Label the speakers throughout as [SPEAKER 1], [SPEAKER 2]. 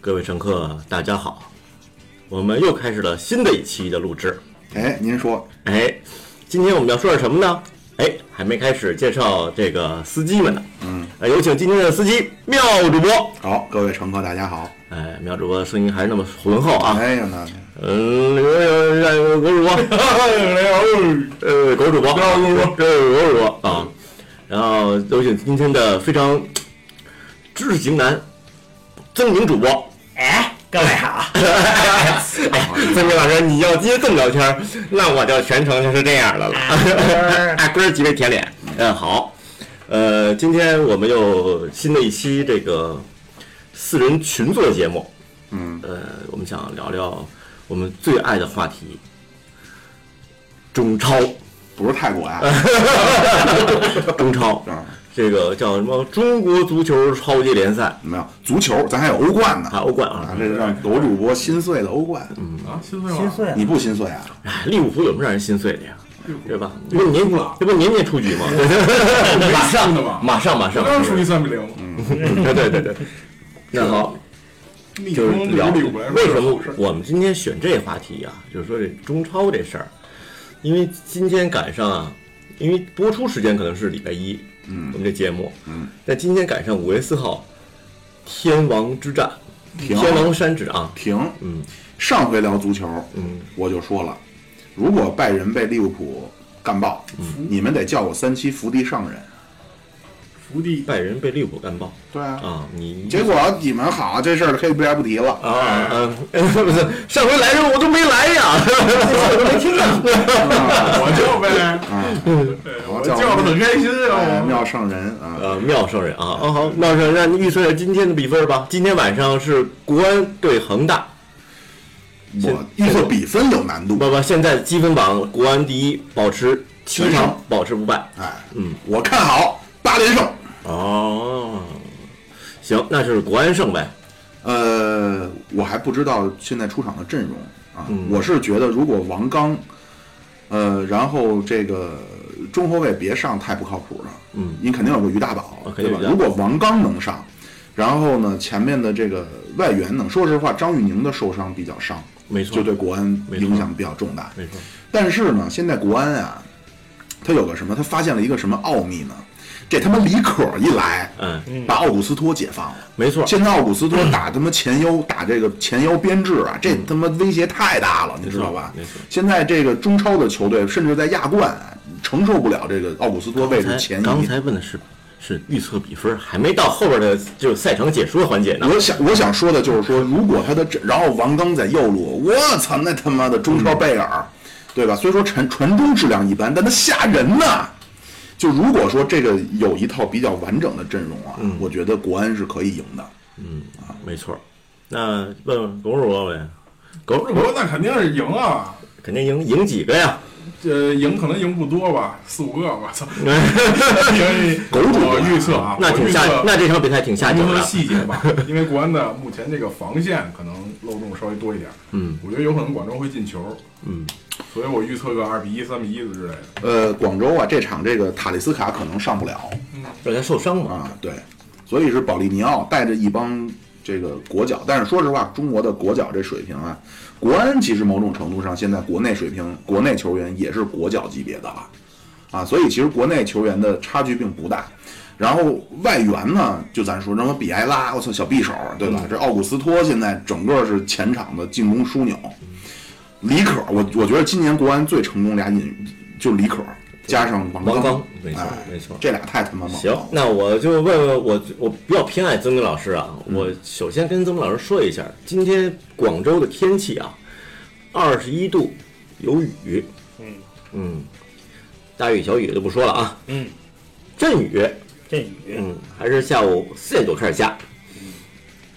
[SPEAKER 1] 各位乘客，大家好，我们又开始了新的一期的录制。
[SPEAKER 2] 哎，您说，
[SPEAKER 1] 哎，今天我们要说点什么呢？哎，还没开始介绍这个司机们呢。嗯，有请今天的司机妙主播。
[SPEAKER 2] 好，各位乘客，大家好。
[SPEAKER 1] 哎，妙主播声音还是那么浑厚啊。
[SPEAKER 2] 哎呀，那
[SPEAKER 1] 嗯，狗主播，呃，狗主播，狗主播啊。然后有请今天的非常知识型男曾明主播。
[SPEAKER 3] 哎，各位好，
[SPEAKER 1] 曾明老师，你要接这么聊天儿，那我就全程就是这样的了。啊，哥儿几位舔脸。嗯，好。呃，今天我们又新的一期这个四人群做节目。
[SPEAKER 2] 嗯，
[SPEAKER 1] 呃，我们想聊聊我们最爱的话题——中 超。
[SPEAKER 2] 不是泰国啊呀、
[SPEAKER 1] 中超，
[SPEAKER 2] 啊，
[SPEAKER 1] 这个叫什么？中国足球超级联赛，
[SPEAKER 2] 没有足球，咱还有欧冠呢
[SPEAKER 1] 还。有欧冠
[SPEAKER 2] 啊
[SPEAKER 1] 啊，。
[SPEAKER 2] 这让狗主播心碎的欧冠，
[SPEAKER 1] 嗯
[SPEAKER 4] 啊，心碎吗？
[SPEAKER 3] 心碎
[SPEAKER 2] 你
[SPEAKER 3] 了，
[SPEAKER 2] 不心碎啊？
[SPEAKER 1] 哎，利物浦有什么让人心碎的呀？对吧？这不
[SPEAKER 4] 利
[SPEAKER 1] 年
[SPEAKER 4] 物浦了
[SPEAKER 1] 这不年年出局 吗？
[SPEAKER 4] 马上的嘛，
[SPEAKER 1] 马上马上，
[SPEAKER 4] 当然属于三比零了。
[SPEAKER 1] 嗯对对对对。那好，
[SPEAKER 4] 逆
[SPEAKER 1] 就是
[SPEAKER 4] 风
[SPEAKER 1] 聊
[SPEAKER 4] 对利物浦来说
[SPEAKER 1] 为什
[SPEAKER 4] 是
[SPEAKER 1] 么
[SPEAKER 4] 好事
[SPEAKER 1] 我们今天选这话题啊？就是说这中超这事儿，因为今天赶上啊，因为播出时间可能是礼拜一，嗯，我们这节目，
[SPEAKER 2] 嗯，
[SPEAKER 1] 但今天赶上五月四号，天王之战，
[SPEAKER 2] 停
[SPEAKER 1] 天王山之啊，
[SPEAKER 2] 停。
[SPEAKER 1] 嗯
[SPEAKER 2] 上回聊足球，
[SPEAKER 1] 嗯，
[SPEAKER 2] 我就说了，如果拜仁被利物浦干爆，
[SPEAKER 1] 嗯
[SPEAKER 2] 你们得叫我三期伏地上人。
[SPEAKER 4] 福地
[SPEAKER 1] 拜仁被利物浦干爆
[SPEAKER 2] 对啊，
[SPEAKER 1] 啊，你
[SPEAKER 2] 结果你们好，这事儿可以不来不提了。
[SPEAKER 1] 啊啊，不是上回来的时候我都没来呀，没听 到，
[SPEAKER 4] 我就呗，
[SPEAKER 1] 嗯
[SPEAKER 4] 哎我叫的很开心
[SPEAKER 2] 哎
[SPEAKER 4] 啊。
[SPEAKER 2] 妙上人啊，
[SPEAKER 1] 呃，妙圣人啊，啊好，妙圣人，让你预测一下今天的比分吧。今天晚上是国安对恒大，
[SPEAKER 2] 我预测比分有难度。
[SPEAKER 1] 不不，现在积分榜国安第一，保持七
[SPEAKER 2] 全
[SPEAKER 1] 场
[SPEAKER 2] 胜
[SPEAKER 1] 保持不败。
[SPEAKER 2] 哎，
[SPEAKER 1] 嗯，
[SPEAKER 2] 我看好八连胜。
[SPEAKER 1] 哦，行，那就是国安胜呗。
[SPEAKER 2] 呃，我还不知道现在出场的阵容啊，
[SPEAKER 1] 嗯
[SPEAKER 2] 我是觉得如果王刚，呃，然后这个中后卫别上太不靠谱了，
[SPEAKER 1] 嗯，
[SPEAKER 2] 你肯定有个于大宝，
[SPEAKER 1] 啊肯定
[SPEAKER 2] 对
[SPEAKER 1] 有
[SPEAKER 2] 吧
[SPEAKER 1] 于？大宝
[SPEAKER 2] 如果王刚能上，然后呢，前面的这个外援能，说实话，张玉宁的受伤比较伤，
[SPEAKER 1] 没错
[SPEAKER 2] 就对国安
[SPEAKER 1] 没错
[SPEAKER 2] 影响比较重大。
[SPEAKER 1] 没错，
[SPEAKER 2] 但是呢，现在国安啊，他有个什么？他发现了一个什么奥秘呢？这他妈李可一来，
[SPEAKER 1] 嗯，
[SPEAKER 2] 把奥古斯托解放了。
[SPEAKER 1] 没错，
[SPEAKER 2] 现在奥古斯托打他妈前腰，打这个前腰编制啊，这他妈威胁太大了，你知道吧
[SPEAKER 1] 嗯没错没错？
[SPEAKER 2] 现在这个中超的球队，甚至在亚冠啊承受不了这个奥古斯托位置
[SPEAKER 1] 刚
[SPEAKER 2] 前
[SPEAKER 1] 才
[SPEAKER 2] 移。
[SPEAKER 1] 刚才问的是是预测比分，还没到后边的就是赛程解说环节呢。
[SPEAKER 2] 我想我想说的就是说，如果他的这然后王刚在右路，我操，那他妈的中
[SPEAKER 1] 嗯
[SPEAKER 2] 超贝尔，对吧？虽说传传中质量一般，但他吓人呐。就如果说这个有一套比较完整的阵容啊，
[SPEAKER 1] 嗯
[SPEAKER 2] 我觉得国安是可以赢的。
[SPEAKER 1] 没错，那问问狗主播呗，
[SPEAKER 4] 狗主播那肯定是赢啊，
[SPEAKER 1] 肯定赢赢几个呀？
[SPEAKER 4] 呃，赢可能赢不多吧，四五个吧，我 操。因为
[SPEAKER 2] 狗主播
[SPEAKER 4] 我预测啊，
[SPEAKER 1] 那挺下
[SPEAKER 4] 我预测，
[SPEAKER 1] 那这场比赛挺下
[SPEAKER 4] 不
[SPEAKER 1] 酒
[SPEAKER 4] 说
[SPEAKER 1] 的。
[SPEAKER 4] 细节吧，因为国安的目前这个防线可能漏洞稍微多一点，
[SPEAKER 1] 嗯，
[SPEAKER 4] 我觉得有可能广州会进球，
[SPEAKER 1] 嗯，
[SPEAKER 4] 所以我预测个二比一、三比一之类的。
[SPEAKER 2] 呃，广州啊，这场这个塔利斯卡可能上不了
[SPEAKER 1] 让他受伤嘛。
[SPEAKER 2] 啊，对，所以是保利尼奥带着一帮这个国脚，但是说实话，中国的国脚这水平啊，国安其实某种程度上现在国内水平，国内球员也是国脚级别的了，啊，所以其实国内球员的差距并不大。然后外援呢，就咱说什么比埃拉，我操小匕首，对
[SPEAKER 1] 嗯
[SPEAKER 2] 吧？这奥古斯托现在整个是前场的进攻枢纽。李可，我我觉得今年国安最成功俩引就李可加上王
[SPEAKER 1] 王刚
[SPEAKER 2] 刚，
[SPEAKER 1] 没错
[SPEAKER 2] 哎
[SPEAKER 1] 没错
[SPEAKER 2] 这俩太他妈猛了。
[SPEAKER 1] 行，那我就问问我，我比较偏爱曾明老师啊。我首先跟曾明老师说一下，今天广州的天气啊，二十一度，有雨。
[SPEAKER 3] 嗯
[SPEAKER 1] 嗯，大雨小雨就不说了啊，
[SPEAKER 3] 嗯，
[SPEAKER 1] 阵雨。
[SPEAKER 3] 阵雨，
[SPEAKER 1] 嗯，还是下午四点多开始下。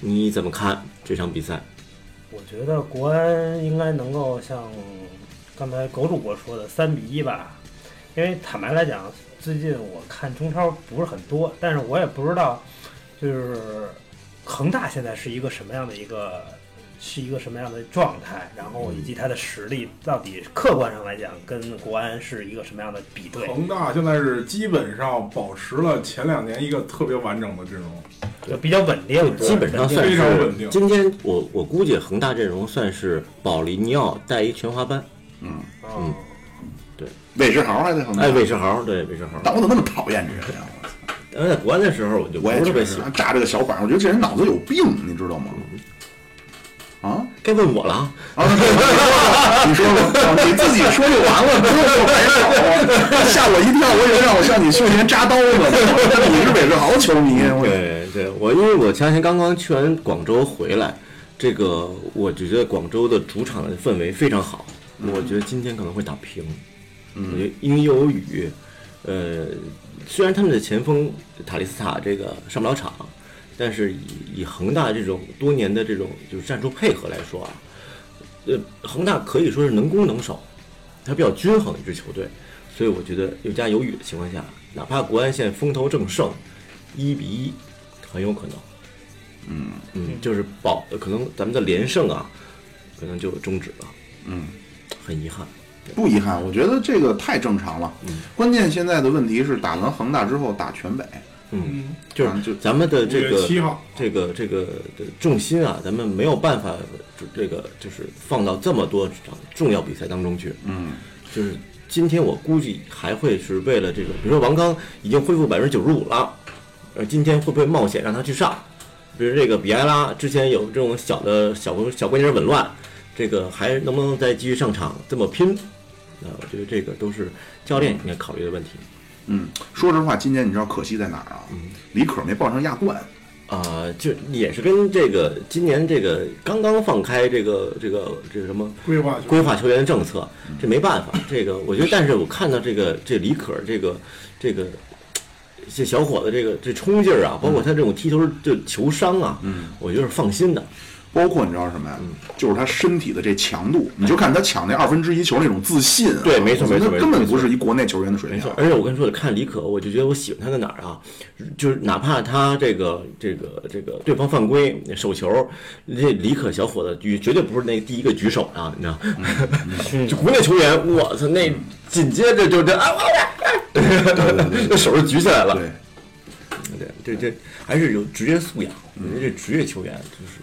[SPEAKER 1] 你怎么看这场比赛？
[SPEAKER 3] 我觉得国安应该能够像刚才狗主播说的三比一吧，因为坦白来讲，最近我看中超不是很多，但是我也不知道，就是恒大现在是一个什么样的一个。是一个什么样的状态，然后以及他的实力到底客观上来讲跟国安是一个什么样的比对？
[SPEAKER 4] 恒大现在是基本上保持了前两年一个特别完整的阵容，
[SPEAKER 3] 就比较稳定，是吧
[SPEAKER 1] 基本上
[SPEAKER 3] 稳定
[SPEAKER 1] 算
[SPEAKER 4] 非常稳
[SPEAKER 1] 是
[SPEAKER 4] 定
[SPEAKER 1] 今天我我估计恒大阵容算是保利尼奥带一全华班，
[SPEAKER 3] 嗯，
[SPEAKER 2] 韦世豪还在恒大，
[SPEAKER 1] 哎，韦世豪对韦世豪，
[SPEAKER 2] 但我怎么那么讨厌这人啊？
[SPEAKER 1] 但在国安的时候我就不
[SPEAKER 2] 我也
[SPEAKER 1] 是
[SPEAKER 2] 觉
[SPEAKER 1] 特
[SPEAKER 2] 得
[SPEAKER 1] 别
[SPEAKER 2] 是
[SPEAKER 1] 喜欢，
[SPEAKER 2] 炸这个小板，我觉得这人脑子有病，你知道吗？啊
[SPEAKER 1] 该问我了啊，
[SPEAKER 2] 啊！你说吧，你自己说就完了，不用说别找我，吓我一跳，我以为让我向你胸前扎刀 呢。你是韦世豪球迷，我也
[SPEAKER 1] 对对，我因为我前两天刚刚去完广州回来，这个我就觉得广州的主场的氛围非常好，我觉得今天可能会打平。我觉得因为又有雨，呃，虽然他们的前锋塔利斯塔这个上不了场，但是以以恒大这种多年的这种就是战术配合来说啊，呃，恒大可以说是能攻能守，它比较均衡一支球队，所以我觉得有加有雨的情况下，哪怕国安现在风头正盛，一比一很有可能。嗯嗯，就是保可能咱们的连胜啊，可能就终止了。
[SPEAKER 2] 嗯，
[SPEAKER 1] 很遗憾。
[SPEAKER 2] 不遗憾，我觉得这个太正常了。
[SPEAKER 1] 嗯
[SPEAKER 2] 关键现在的问题是，打完恒大之后打全北，
[SPEAKER 1] 嗯，
[SPEAKER 4] 嗯，
[SPEAKER 1] 就
[SPEAKER 2] 啊就是
[SPEAKER 1] 咱们的这个
[SPEAKER 4] 5月7号
[SPEAKER 1] 这个这个的重心啊，咱们没有办法就这个就是放到这么多场重要比赛当中去。
[SPEAKER 2] 嗯，
[SPEAKER 1] 就是今天我估计还会是为了这个，比如说王刚已经恢复百分之九十五了，呃，今天会不会冒险让他去上？比如这个比埃拉之前有这种小的小小关节紊乱，这个还能不能再继续上场这么拼？啊、我觉得这个都是教练应该考虑的问题
[SPEAKER 2] 嗯，说实话，今年你知道可惜在哪儿啊？
[SPEAKER 1] 嗯
[SPEAKER 2] 李可没报上亚冠，
[SPEAKER 1] 啊、就也是跟这个今年这个刚刚放开这个这个这个什么
[SPEAKER 4] 规划就
[SPEAKER 1] 规划球员的政策，这没办法。这个我觉得，但是我看到这个这李可儿这个这个这小伙子这个这冲劲儿啊，包括他这种踢球的球商啊，嗯，我觉得是放心的。
[SPEAKER 2] 包括你知道什么
[SPEAKER 1] 嗯
[SPEAKER 2] 呀？就是他身体的这强度，你就看他抢那二分之一球那种自信啊、
[SPEAKER 1] 对没错
[SPEAKER 2] 我觉得
[SPEAKER 1] 没错没错
[SPEAKER 2] 根本不是一国内球员的水
[SPEAKER 1] 没
[SPEAKER 2] 平
[SPEAKER 1] 错
[SPEAKER 2] 啊。，
[SPEAKER 1] 而且我跟你说，看李可，我就觉得我喜欢他在哪儿啊？就是哪怕他这个这个这个对方犯规手球，这李可小伙子举绝对不是那第一个举手的，你知道？就国内球员，我操，那紧接着就这啊，我这那手就举起来了。
[SPEAKER 2] 对，
[SPEAKER 1] 对对对，还是有职业素养。我觉得这职业球员就是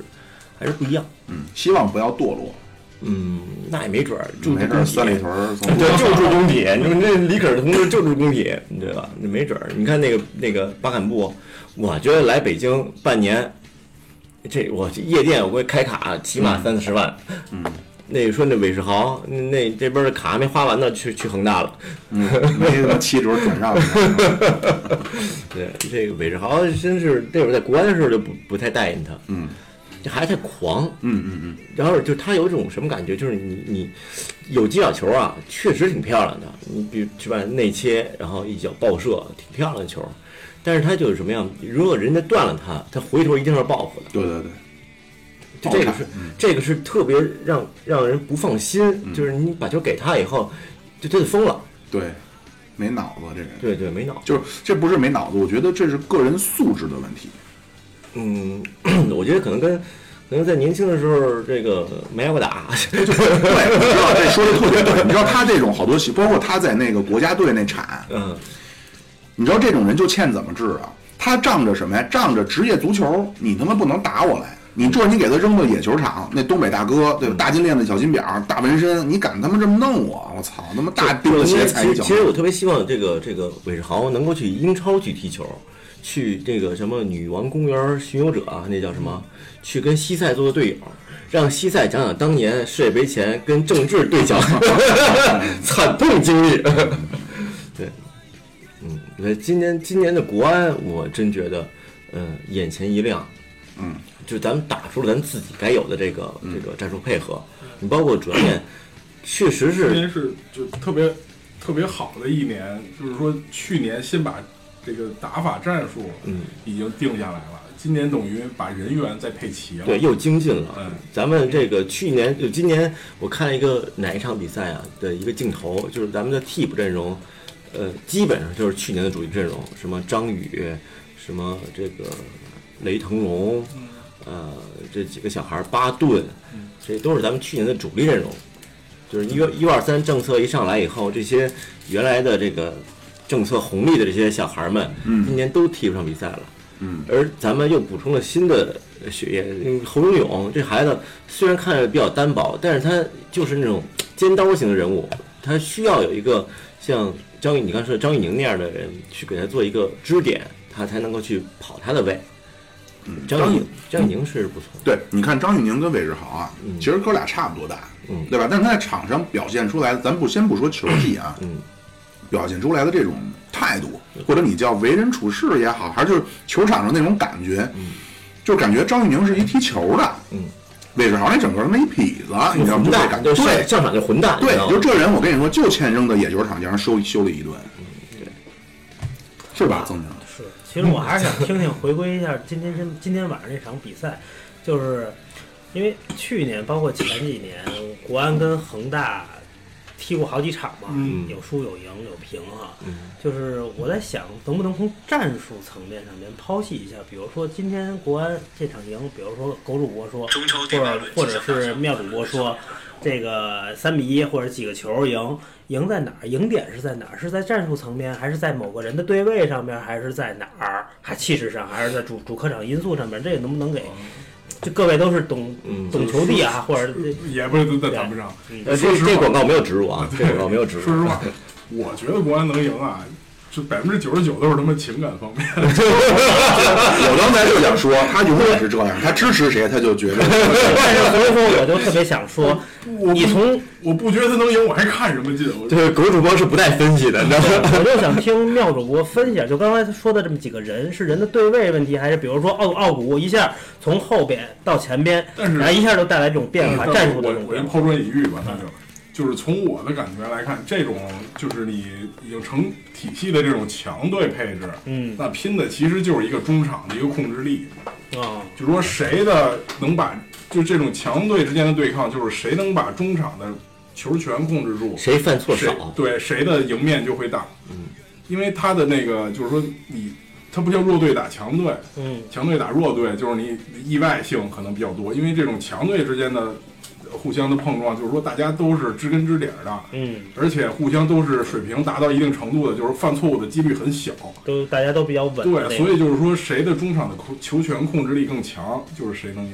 [SPEAKER 1] 还是不一样。
[SPEAKER 2] 嗯，希望不要堕落。
[SPEAKER 1] 嗯，那也没准儿，就
[SPEAKER 2] 没
[SPEAKER 1] 是
[SPEAKER 2] 事儿，
[SPEAKER 1] 工体
[SPEAKER 2] 三里屯儿从
[SPEAKER 1] 对，就住工体。你说那李可儿同志就住工体，对吧？那没准儿。你看那个那个巴坎布，我觉得来北京半年，这我这夜店我会开卡起码三四十万。嗯，那说那韦世豪，那这边的卡还没花完呢，去去恒大了。
[SPEAKER 2] 没什么七折转让，
[SPEAKER 1] 对，这个韦世豪真是那会儿在国安的时候就不不太待见他，嗯，这孩子太狂，嗯嗯嗯。然后就他有一种什么感觉，就是你你有几脚球啊，确实挺漂亮的，你比如是吧内切，然后一脚爆射，挺漂亮的球。但是他就是什么样，如果人家断了他，他回头一定是报复的。
[SPEAKER 2] 对对对，
[SPEAKER 1] 就这个
[SPEAKER 2] 好
[SPEAKER 1] 是
[SPEAKER 2] 看，
[SPEAKER 1] 这个是特别让让人不放心，就是你把球给他以后，就他就疯了。
[SPEAKER 2] 对，没脑子这人，
[SPEAKER 1] 对对，没脑子。
[SPEAKER 2] 就是这不是没脑子，我觉得这是个人素质的问题。
[SPEAKER 1] 嗯，我觉得可能跟可能在年轻的时候这个没挨过打，
[SPEAKER 2] 对，你知道这说的特别对，你知道他这种好多戏，包括他在那个国家队那铲，
[SPEAKER 1] 嗯，
[SPEAKER 2] 你知道这种人就欠怎么治啊？他仗着什么呀？仗着职业足球，你他妈不能打我来！你这你给他扔到野球场，那东北大哥
[SPEAKER 1] 嗯
[SPEAKER 2] 对吧？大金链子、小金表、大纹身，你敢他妈这么弄我？我操，他妈大
[SPEAKER 1] 就
[SPEAKER 2] 钉子
[SPEAKER 1] 其
[SPEAKER 2] 鞋
[SPEAKER 1] 实
[SPEAKER 2] 踩
[SPEAKER 1] 其
[SPEAKER 2] 一
[SPEAKER 1] 实
[SPEAKER 2] 脚
[SPEAKER 1] 其。实我特别希望这个这个韦世豪能够去英超去踢球，去这个什么女王公园巡游者啊，那叫什么？去跟西塞做做队友，让西塞讲讲当年世界杯前跟郑智对角惨痛经历。 对，嗯，我觉得今年今年的国安，我真觉得，嗯、眼前一亮。就咱们打出了咱自己该有的这个、这个战术配合，你包括主教练，确实
[SPEAKER 4] 今
[SPEAKER 1] 是
[SPEAKER 4] 年是就特别特别好的一年，就是说去年先把这个打法战术
[SPEAKER 1] 嗯
[SPEAKER 4] 已经定下来了，今年等于把人员再配齐了。
[SPEAKER 1] 对又精进了。
[SPEAKER 4] 嗯
[SPEAKER 1] 咱们这个去年就今年，我看一个哪一场比赛啊的一个镜头，就是咱们的替补阵容，呃，基本上就是去年的主力阵容，什么张宇，什么这个雷腾龙，呃，这几个小孩儿巴顿，这都是咱们去年的主力阵容。就是一一二三政策一上来以后，这些原来的这个政策红利的这些小孩们，今年都踢不上比赛了。
[SPEAKER 2] 嗯，
[SPEAKER 1] 而咱们又补充了新的血液。嗯侯永勇这孩子虽然看着比较单薄，但是他就是那种尖刀型的人物，他需要有一个像张宇你刚说的张宇宁那样的人去给他做一个支点，他才能够去跑他的位。张
[SPEAKER 2] 嗯张
[SPEAKER 1] 宇
[SPEAKER 2] 宇
[SPEAKER 1] 张宇宁是不错，
[SPEAKER 2] 对，你看张玉宁跟韦世豪啊，其实哥俩差不多大，
[SPEAKER 1] 嗯
[SPEAKER 2] 对吧？但是他在场上表现出来，咱不先不说球技啊，
[SPEAKER 1] 嗯
[SPEAKER 2] 表现出来的这种态度，或者你叫为人处事也好，还是就是球场上那种感觉，就感觉张玉宁是一踢球的，
[SPEAKER 1] 嗯，
[SPEAKER 2] 韦世豪那整个那一痞子，你知道
[SPEAKER 1] 混
[SPEAKER 2] 吗？就这
[SPEAKER 1] 蛋
[SPEAKER 2] 感
[SPEAKER 1] 就
[SPEAKER 2] 觉，
[SPEAKER 1] 上
[SPEAKER 2] 对
[SPEAKER 1] 上场就混蛋，你知
[SPEAKER 2] 对，
[SPEAKER 1] 道
[SPEAKER 2] 就
[SPEAKER 1] 吗？
[SPEAKER 2] 这人，我跟你说，就欠扔到野球场上修修了一顿，是吧，曾明？
[SPEAKER 3] 是，其实我还是想听听回归一下今天今今天晚上这场比赛，就是因为去年包括前几年，国安跟恒大踢过好几场嘛，
[SPEAKER 4] 嗯
[SPEAKER 3] 有输有赢有平哈。
[SPEAKER 1] 嗯
[SPEAKER 3] 就是我在想，能不能从战术层面上面剖析一下，比如说今天国安这场赢，比如说狗主播说，或者或者是妙主播说。这个三比一或者几个球赢，赢在哪儿？赢点是在哪儿？是在战术层面，还是在某个人的对位上面，还是在哪儿？还气势上，还是在主主客场因素上面？这个能不能给？就各位都是懂
[SPEAKER 1] 嗯
[SPEAKER 3] 懂球帝啊，或者
[SPEAKER 4] 也不是都在谈不上。
[SPEAKER 1] 呃，这这广告没有植入啊，这广告没有植入。
[SPEAKER 4] 说实话，我觉得国安能赢啊，就百分之九十九都是他妈情感方面。
[SPEAKER 2] 我刚才就想说，他永远是这样，他支持谁，他就觉 得。
[SPEAKER 3] 但是所以说我就特别想说，
[SPEAKER 4] 我
[SPEAKER 3] 你从
[SPEAKER 4] 我不觉得他能赢，我还看什么劲？我
[SPEAKER 1] 对，狗主播是不带分析的，你知道吗？
[SPEAKER 3] 我就想听妙主播分析，就刚才说的这么几个人，是人的对位问题，还是比如说奥奥古一下从后边到前边，
[SPEAKER 4] 但是
[SPEAKER 3] 然后一下就带来这种变化，
[SPEAKER 4] 但是
[SPEAKER 3] 战术的
[SPEAKER 4] 啊我
[SPEAKER 3] 这种
[SPEAKER 4] 我就
[SPEAKER 3] 变化？
[SPEAKER 4] 抛砖引玉吧，那就就是从我的感觉来看，这种就是你已经成体系的这种强队配置，
[SPEAKER 3] 嗯
[SPEAKER 4] 那拼的其实就是一个中场的一个控制力，
[SPEAKER 3] 啊，
[SPEAKER 4] 就说谁的能把就这种强队之间的对抗，就是谁能把中场的球权控制住，
[SPEAKER 1] 谁犯错
[SPEAKER 4] 谁
[SPEAKER 1] 少？
[SPEAKER 4] 对谁的赢面就会大。嗯，因为他的那个就是说你，他不叫弱队打强队，
[SPEAKER 3] 嗯
[SPEAKER 4] 强队打弱队，就是你意外性可能比较多，因为这种强队之间的呃互相的碰撞，就是说大家都是知根知底儿的，
[SPEAKER 3] 嗯，
[SPEAKER 4] 而且互相都是水平达到一定程度的，就是犯错误的几率很小。
[SPEAKER 3] 都大家都比较稳的那种，
[SPEAKER 4] 对，所以就是说谁的中场的控球权控制力更强，就是谁能赢。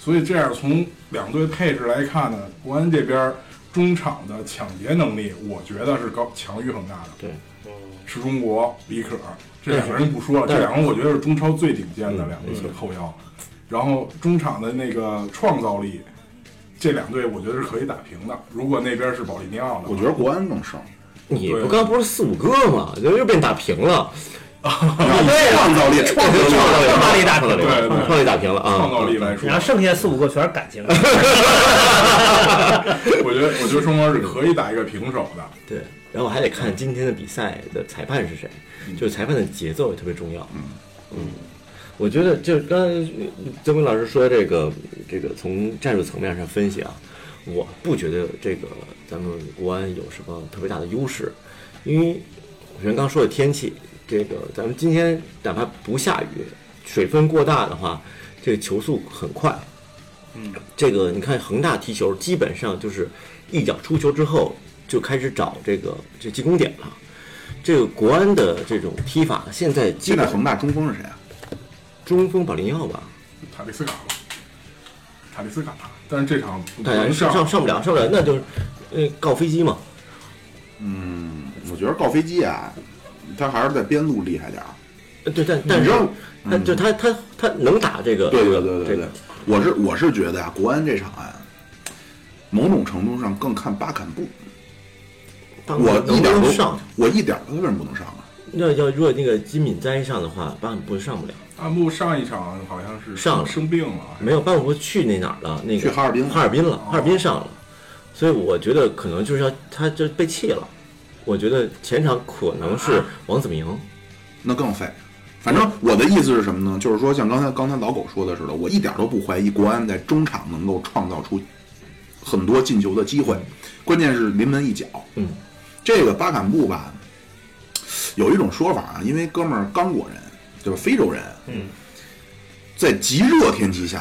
[SPEAKER 4] 所以这样从两队配置来看呢，国安这边中场的抢劫能力，我觉得是高强于恒大的。
[SPEAKER 1] 对，
[SPEAKER 4] 池中国、李可这两个人不说了，
[SPEAKER 1] 但
[SPEAKER 4] 这
[SPEAKER 1] 是
[SPEAKER 4] 两个我觉得是中超最顶尖
[SPEAKER 2] 嗯
[SPEAKER 4] 的两个后腰。然后中场的那个创造力，这两队我觉得是可以打平的。如果那边是保利尼奥的话，
[SPEAKER 2] 我觉得国安更胜，
[SPEAKER 1] 你不
[SPEAKER 4] 对
[SPEAKER 1] 刚不是四五个吗？又又被打平了，
[SPEAKER 2] 创造力，创造力。
[SPEAKER 1] 创造力打平了，
[SPEAKER 4] 啊对对
[SPEAKER 1] 创造力打平了啊！
[SPEAKER 4] 创造力来说，
[SPEAKER 3] 然后剩下四五个全是感情。
[SPEAKER 2] 嗯
[SPEAKER 4] 我觉得我觉得双方是可以打一个平手的。
[SPEAKER 1] 对，然后还得看今天的比赛的裁判是谁，
[SPEAKER 4] 嗯
[SPEAKER 1] 就是裁判的节奏也特别重要。嗯我觉得就是刚才呃曾明老师说这个这个从战术层面上分析啊，我不觉得这个咱们国安有什么特别大的优势，因为我刚刚说的天气，这个咱们今天哪怕不下雨，水分过大的话，这个球速很快，
[SPEAKER 2] 嗯
[SPEAKER 1] 这个你看恒大踢球，基本上就是一脚出球之后就开始找这个这进攻点了。这个国安的这种踢法，现在基
[SPEAKER 2] 现在
[SPEAKER 1] 本
[SPEAKER 2] 恒大中锋是谁啊？
[SPEAKER 1] 中锋保利尼奥吧，
[SPEAKER 4] 塔利斯卡吧，塔利斯卡，但是这场不
[SPEAKER 1] 大家
[SPEAKER 4] 能
[SPEAKER 1] 上上上不了，上不了，那就是呃告飞机嘛。
[SPEAKER 2] 嗯，我觉得告飞机啊，他还是在边路厉害点儿。
[SPEAKER 1] 呃对，但但
[SPEAKER 2] 你
[SPEAKER 1] 是
[SPEAKER 2] 知道
[SPEAKER 1] 他就他他他能打这个，
[SPEAKER 2] 对对
[SPEAKER 1] 这个
[SPEAKER 2] 对对
[SPEAKER 1] 这
[SPEAKER 2] 对
[SPEAKER 1] 个
[SPEAKER 2] 对，我是我是觉得啊，国安这场啊，某种程度上更看巴坎布。
[SPEAKER 1] 当
[SPEAKER 2] 我
[SPEAKER 1] 能
[SPEAKER 2] 一点
[SPEAKER 1] 不
[SPEAKER 2] 儿
[SPEAKER 1] 能
[SPEAKER 2] 都
[SPEAKER 1] 上，，
[SPEAKER 2] 我一点儿他为什么不能上啊？
[SPEAKER 1] 要要如果那个金敏哉上的话，巴不上不了。
[SPEAKER 4] 阿木啊上一场好像是
[SPEAKER 1] 上了
[SPEAKER 4] 生病了，
[SPEAKER 1] 没有办法去那哪儿了，那个
[SPEAKER 2] 去哈尔滨了哦
[SPEAKER 1] 哈尔滨了，哈尔滨上了，所以我觉得可能就是要他就被弃了。我觉得前场可能是
[SPEAKER 2] 啊
[SPEAKER 1] 王子明，
[SPEAKER 2] 那更废。反正我的意思是什么呢？就是说，像刚才刚才老狗说的似的，我一点都不怀疑国安在中场能够创造出很多进球的机会，关键是临门一脚。
[SPEAKER 1] 嗯，
[SPEAKER 2] 这个巴坎布吧，有一种说法啊，因为哥们儿刚果人，对吧？非洲人，嗯，在极热天气下，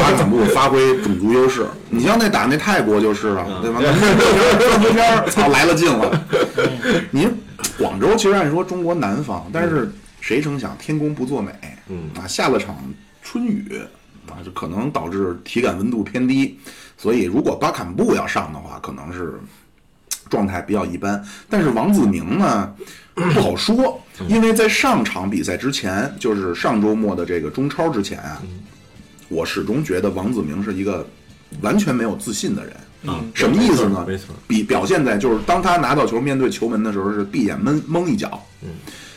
[SPEAKER 2] 巴坎布发挥种族优势。你像那打那泰国就是啊，对吧？那那天儿，操来了劲了。您广州其实按说中国南方，但是谁成想天公不作美，
[SPEAKER 1] 嗯
[SPEAKER 2] 啊，下了场春雨啊，就可能导致体感温度偏低，所以如果巴坎布要上的话，可能是状态比较一般。但是王子铭呢，不好说，
[SPEAKER 1] 嗯
[SPEAKER 2] 因为在上场比赛之前，就是上周末的这个中超之前啊，
[SPEAKER 1] 嗯
[SPEAKER 2] 我始终觉得王子铭是一个完全没有自信的人。嗯
[SPEAKER 1] 啊
[SPEAKER 2] 什么意思呢？
[SPEAKER 1] 没错没错
[SPEAKER 2] 比表现在就是当他拿到球面对球门的时候是闭眼闷蒙一脚，嗯，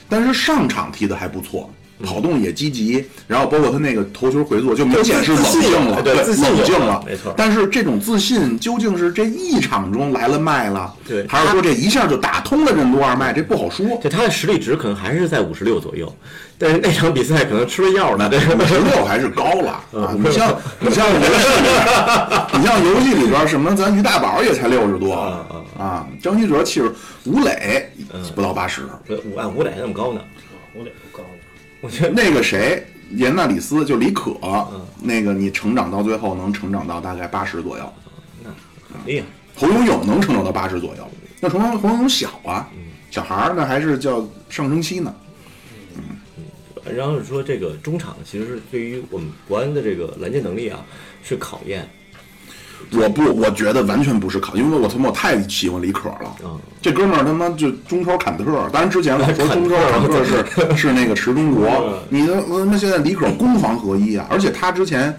[SPEAKER 2] 但是上场踢的还不错，
[SPEAKER 1] 嗯
[SPEAKER 2] 跑动也积极，然后包括他那个头球回做，就明显是冷
[SPEAKER 1] 自信
[SPEAKER 2] 静
[SPEAKER 1] 有
[SPEAKER 2] 了，
[SPEAKER 1] 对自信有
[SPEAKER 2] 冷静了，
[SPEAKER 1] 没错
[SPEAKER 2] 但是这种自信究竟是这一场中来了脉了，
[SPEAKER 1] 对
[SPEAKER 2] 还是说这一下就打通了任督二脉？这不好说。
[SPEAKER 1] 就他的实力值可能还是在五十六左右，但是那场比赛可能吃了药了，对，
[SPEAKER 2] 五十六还是高了啊！你像你像游戏里边，你像游戏里边什么，咱于大宝也才六十多啊，张稀哲七十，吴磊不到八十，
[SPEAKER 1] 五万五点那么高呢，
[SPEAKER 3] 我得不高了。
[SPEAKER 2] 那个谁，严纳里斯就李可，那个你成长到最后能成长到大概八十左右，
[SPEAKER 1] 很厉害，
[SPEAKER 2] 侯永永能成长到八十左右，那侯永侯永永小啊，小孩儿那还是叫上升期呢。
[SPEAKER 1] 然后说这个中场其实是对于我们国安的这个拦截能力啊是考验，
[SPEAKER 2] 我不，我觉得完全不是考，因为我他妈我太喜欢李可了。
[SPEAKER 1] 嗯
[SPEAKER 2] 这哥们儿他妈就中超坎特，当然之前我说
[SPEAKER 1] 坎
[SPEAKER 2] 中
[SPEAKER 1] 特嗯
[SPEAKER 2] 超坎特是是那个池中国，你的他妈现在李可攻防合一啊！而且他之前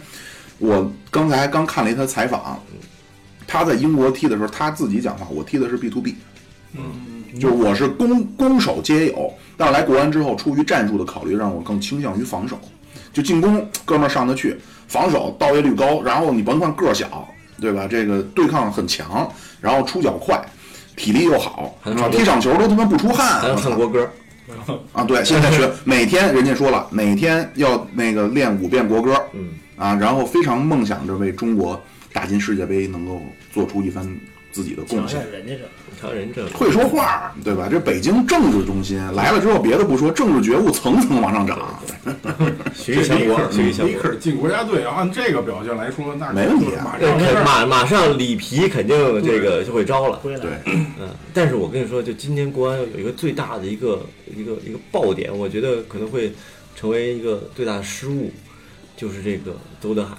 [SPEAKER 2] 我刚才刚看了一他采访，他在英国踢的时候他自己讲话，我踢的是 B to B，嗯，就是我是攻攻守皆有，但是来国安之后，出于战术的考虑，让我更倾向于防守。就进攻，哥们儿上得去，防守到位率高，然后你甭看个儿小，对吧？这个对抗很强，然后出脚快，体力又好，
[SPEAKER 1] 还能唱歌
[SPEAKER 2] 踢场球都他妈不出汗，
[SPEAKER 1] 还要唱国歌，
[SPEAKER 2] 啊！对，现在学每天，人家说了，每天要那个练五遍国歌，嗯啊，然后非常梦想着为中国打进世界杯能够做出一番自己的贡
[SPEAKER 3] 想
[SPEAKER 2] 献
[SPEAKER 3] 想。人家这，
[SPEAKER 1] 瞧人这
[SPEAKER 2] 会说话儿，对吧？这北京政治中心来了之后，别的不说，政治觉悟层层往上涨，
[SPEAKER 1] 学习
[SPEAKER 4] 这
[SPEAKER 1] 强
[SPEAKER 4] 李
[SPEAKER 1] 国，
[SPEAKER 4] 可
[SPEAKER 1] 学习强
[SPEAKER 4] 李
[SPEAKER 1] 国。
[SPEAKER 4] 可进国家队，要按这个表现来说，那
[SPEAKER 2] 没问题啊
[SPEAKER 4] 马
[SPEAKER 1] 那
[SPEAKER 4] 上
[SPEAKER 1] 肯
[SPEAKER 4] 是
[SPEAKER 1] 马马上里皮肯定这个就会招了，
[SPEAKER 3] 归来
[SPEAKER 2] 对。
[SPEAKER 1] 嗯，但是我跟你说，就今天国安有一个最大的一个一个一个爆点，我觉得可能会成为一个最大的失误，就是这个邹德海。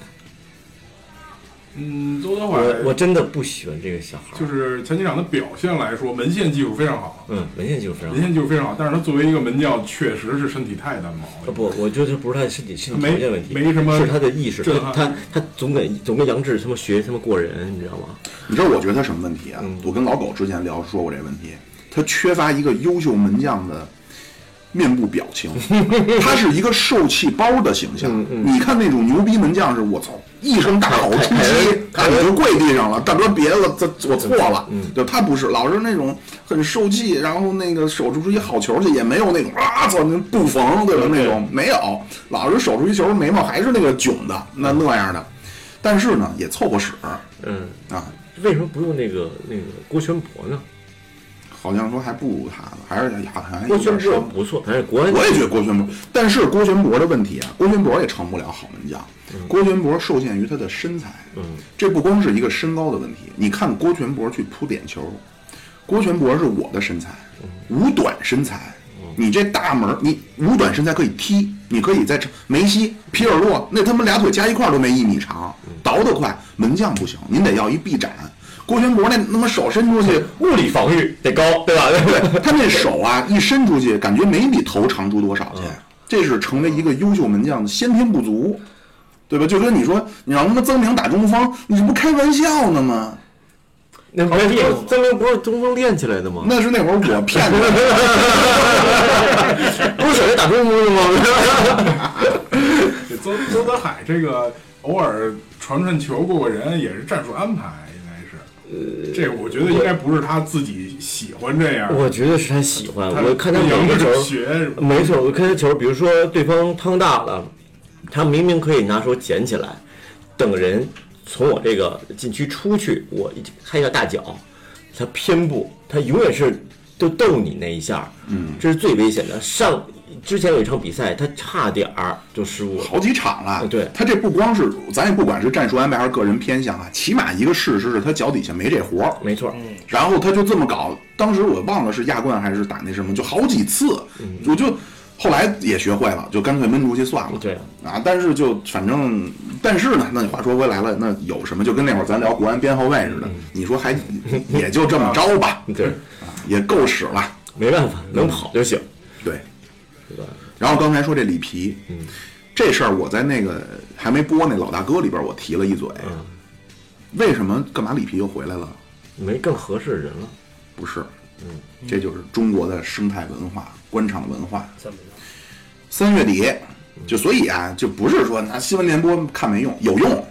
[SPEAKER 4] 嗯，周德怀
[SPEAKER 1] 我我真的不喜欢这个小孩儿，
[SPEAKER 4] 就是前几场的表现来说，门线技术非常好，
[SPEAKER 1] 嗯，文献技术非常
[SPEAKER 4] 门
[SPEAKER 1] 好。
[SPEAKER 4] 线技术非常好，但是他作为一个门将，确实是身体太单薄
[SPEAKER 1] 啊
[SPEAKER 4] 了。
[SPEAKER 1] 不，我觉得这不是他的身体身体条件问题，
[SPEAKER 4] 没没什么
[SPEAKER 1] 是他的意识，
[SPEAKER 4] 震
[SPEAKER 1] 他
[SPEAKER 4] 撼
[SPEAKER 1] 他他总跟总跟杨志他妈学他妈过人，你知道吗？
[SPEAKER 2] 你知道我觉得他什么问题啊？我跟老狗之前聊说过这个问题，他缺乏一个优秀门将的面部表情，他是一个受气包的形象。你看那种牛逼门将是，我操，一声大吼出击，啊，你就跪地上了，大哥别了，这我错了。对，他不是，老是那种很受气，然后那个守出出一好球去，也没有那种啊操那不缝对吧？那种没有，老是守出一球，眉毛还是那个囧的，那那样的。但是呢，也凑合使
[SPEAKER 1] 嗯，
[SPEAKER 2] 啊，
[SPEAKER 1] 为什么不用那个那个郭全博呢？
[SPEAKER 2] 好像说还不如他呢，还是好像还
[SPEAKER 1] 郭
[SPEAKER 2] 有
[SPEAKER 1] 全
[SPEAKER 2] 点
[SPEAKER 1] 博
[SPEAKER 2] 深。
[SPEAKER 1] 不错，但是国安
[SPEAKER 2] 我也觉得郭全博，但是郭全博的问题啊，郭全博也成不了好门将。
[SPEAKER 1] 嗯
[SPEAKER 2] 郭全博受限于他的身材，嗯，这不光是一个身高的问题。你看郭全博去扑点球，郭全博是我的身材，
[SPEAKER 1] 嗯
[SPEAKER 2] 五短身材。你这大门儿，你五短身材可以踢，你可以在这梅西、皮尔洛那他妈俩腿加一块儿都没一米长，
[SPEAKER 1] 嗯
[SPEAKER 2] 倒得快，门将不行，您得要一臂展。郭全博那他妈手伸出去，
[SPEAKER 1] 物理防御得高，对吧？
[SPEAKER 2] 对 他那手啊，一伸出去，感觉没比头长出多少
[SPEAKER 1] 嗯
[SPEAKER 2] 去。这是成为一个优秀门将的先天不足，对吧？就跟你说，你让他们曾明打中锋，你这不开玩笑呢吗？
[SPEAKER 1] 那不
[SPEAKER 3] 练
[SPEAKER 1] 是
[SPEAKER 3] 过
[SPEAKER 1] 曾明不是中锋练起来的吗？
[SPEAKER 2] 那是那会儿我骗他的。
[SPEAKER 1] 不是小学打中锋的吗？
[SPEAKER 4] 这周周德海这个偶尔传传球过过人，也是战术安排，应该是。这个我觉得应该不是他自己喜欢这样。
[SPEAKER 1] 呃我觉得是他喜欢，
[SPEAKER 4] 他
[SPEAKER 1] 我看他
[SPEAKER 4] 杨
[SPEAKER 1] 每个
[SPEAKER 4] 志
[SPEAKER 1] 球，
[SPEAKER 4] 学什么
[SPEAKER 1] 没错，我看他球，比如说对方汤大了，他明明可以拿手捡起来，等人从我这个禁区出去，我一开一下大脚，他偏不，他永远是就逗你那一下，嗯，这是最危险的。上之前有一场比赛，他差点儿就失误了，
[SPEAKER 2] 好几场了，
[SPEAKER 1] 对
[SPEAKER 2] 他这不光是咱也不管是战术安排还是个人偏向啊，起码一个事实是他脚底下没这活儿，
[SPEAKER 1] 没错，
[SPEAKER 2] 然
[SPEAKER 1] 嗯
[SPEAKER 2] 后他就这么搞，当时我忘了是亚冠还是打那什么，就好几次，我就后来也学会了，就干脆闷出去算了。
[SPEAKER 1] 对
[SPEAKER 2] 啊，但是就反正，但是呢，那你话说回来了，那有什么？就跟那会儿咱聊国安边后卫似的，你说还也就这么着吧，
[SPEAKER 1] 对，
[SPEAKER 2] 也够使了。
[SPEAKER 1] 没办法，能跑就行。
[SPEAKER 2] 对，然后刚才说这里皮，这事儿我在那个还没播那老大哥里边我提了一嘴，为什么干嘛里皮又回来了？
[SPEAKER 1] 没更合适的人了。
[SPEAKER 2] 不是，这就是中国的生态文化、官场文化。
[SPEAKER 3] 怎么着？
[SPEAKER 2] 三月底，就所以啊，就不是说拿新闻联播看没用，有用。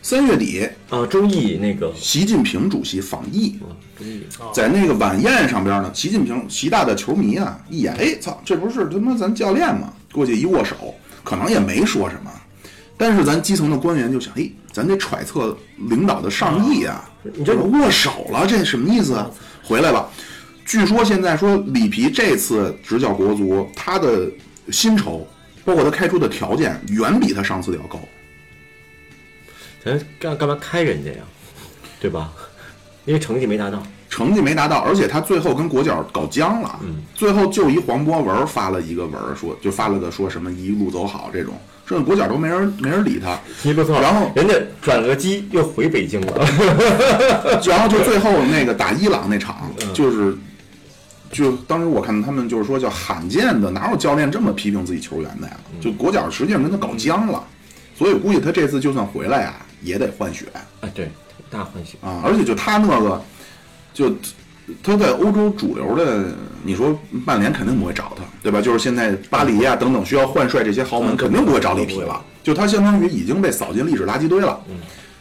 [SPEAKER 2] 三月底，
[SPEAKER 1] 啊，周易那个，
[SPEAKER 2] 习近平主席访意，
[SPEAKER 1] 啊周易
[SPEAKER 2] 在那个晚宴上边呢，习近平习大的球迷啊，一眼，哎，操，这不是他妈咱教练吗？过去一握手，可能也没说什么，但是咱基层的官员就想，哎，咱得揣测领导的上意啊，
[SPEAKER 1] 哦你这哦
[SPEAKER 2] 握手了，这什么意思啊？回来了，据说现在说里皮这次执教国足，他的薪酬，包括他开出的条件，远比他上次的要高。
[SPEAKER 1] 咱干干嘛开人家呀？对吧？因为成绩没达到，
[SPEAKER 2] 成绩没达到，而且他最后跟国脚搞僵了，最后就一黄博文发了一个文儿说，就发了个说什么一路走好这种，这国脚都没人没人理他，
[SPEAKER 1] 一路错。
[SPEAKER 2] 然后
[SPEAKER 1] 人家转个机又回北京了。
[SPEAKER 2] 然后就最后那个打伊朗那场，就是就当时我看他们就是说叫罕见的，哪有教练这么批评自己球员的呀？就国脚实际上跟他搞僵了，所以估计他这次就算回来呀、也得换血。
[SPEAKER 1] 啊，对，大换血。
[SPEAKER 2] 啊，而且就他那个，就他在欧洲主流的，你说曼联肯定不会找他，对吧？就是现在巴黎啊等等需要换帅这些豪门，
[SPEAKER 1] 嗯
[SPEAKER 2] 肯定不会找里皮了。就他相当于已经被扫进历史垃圾堆了。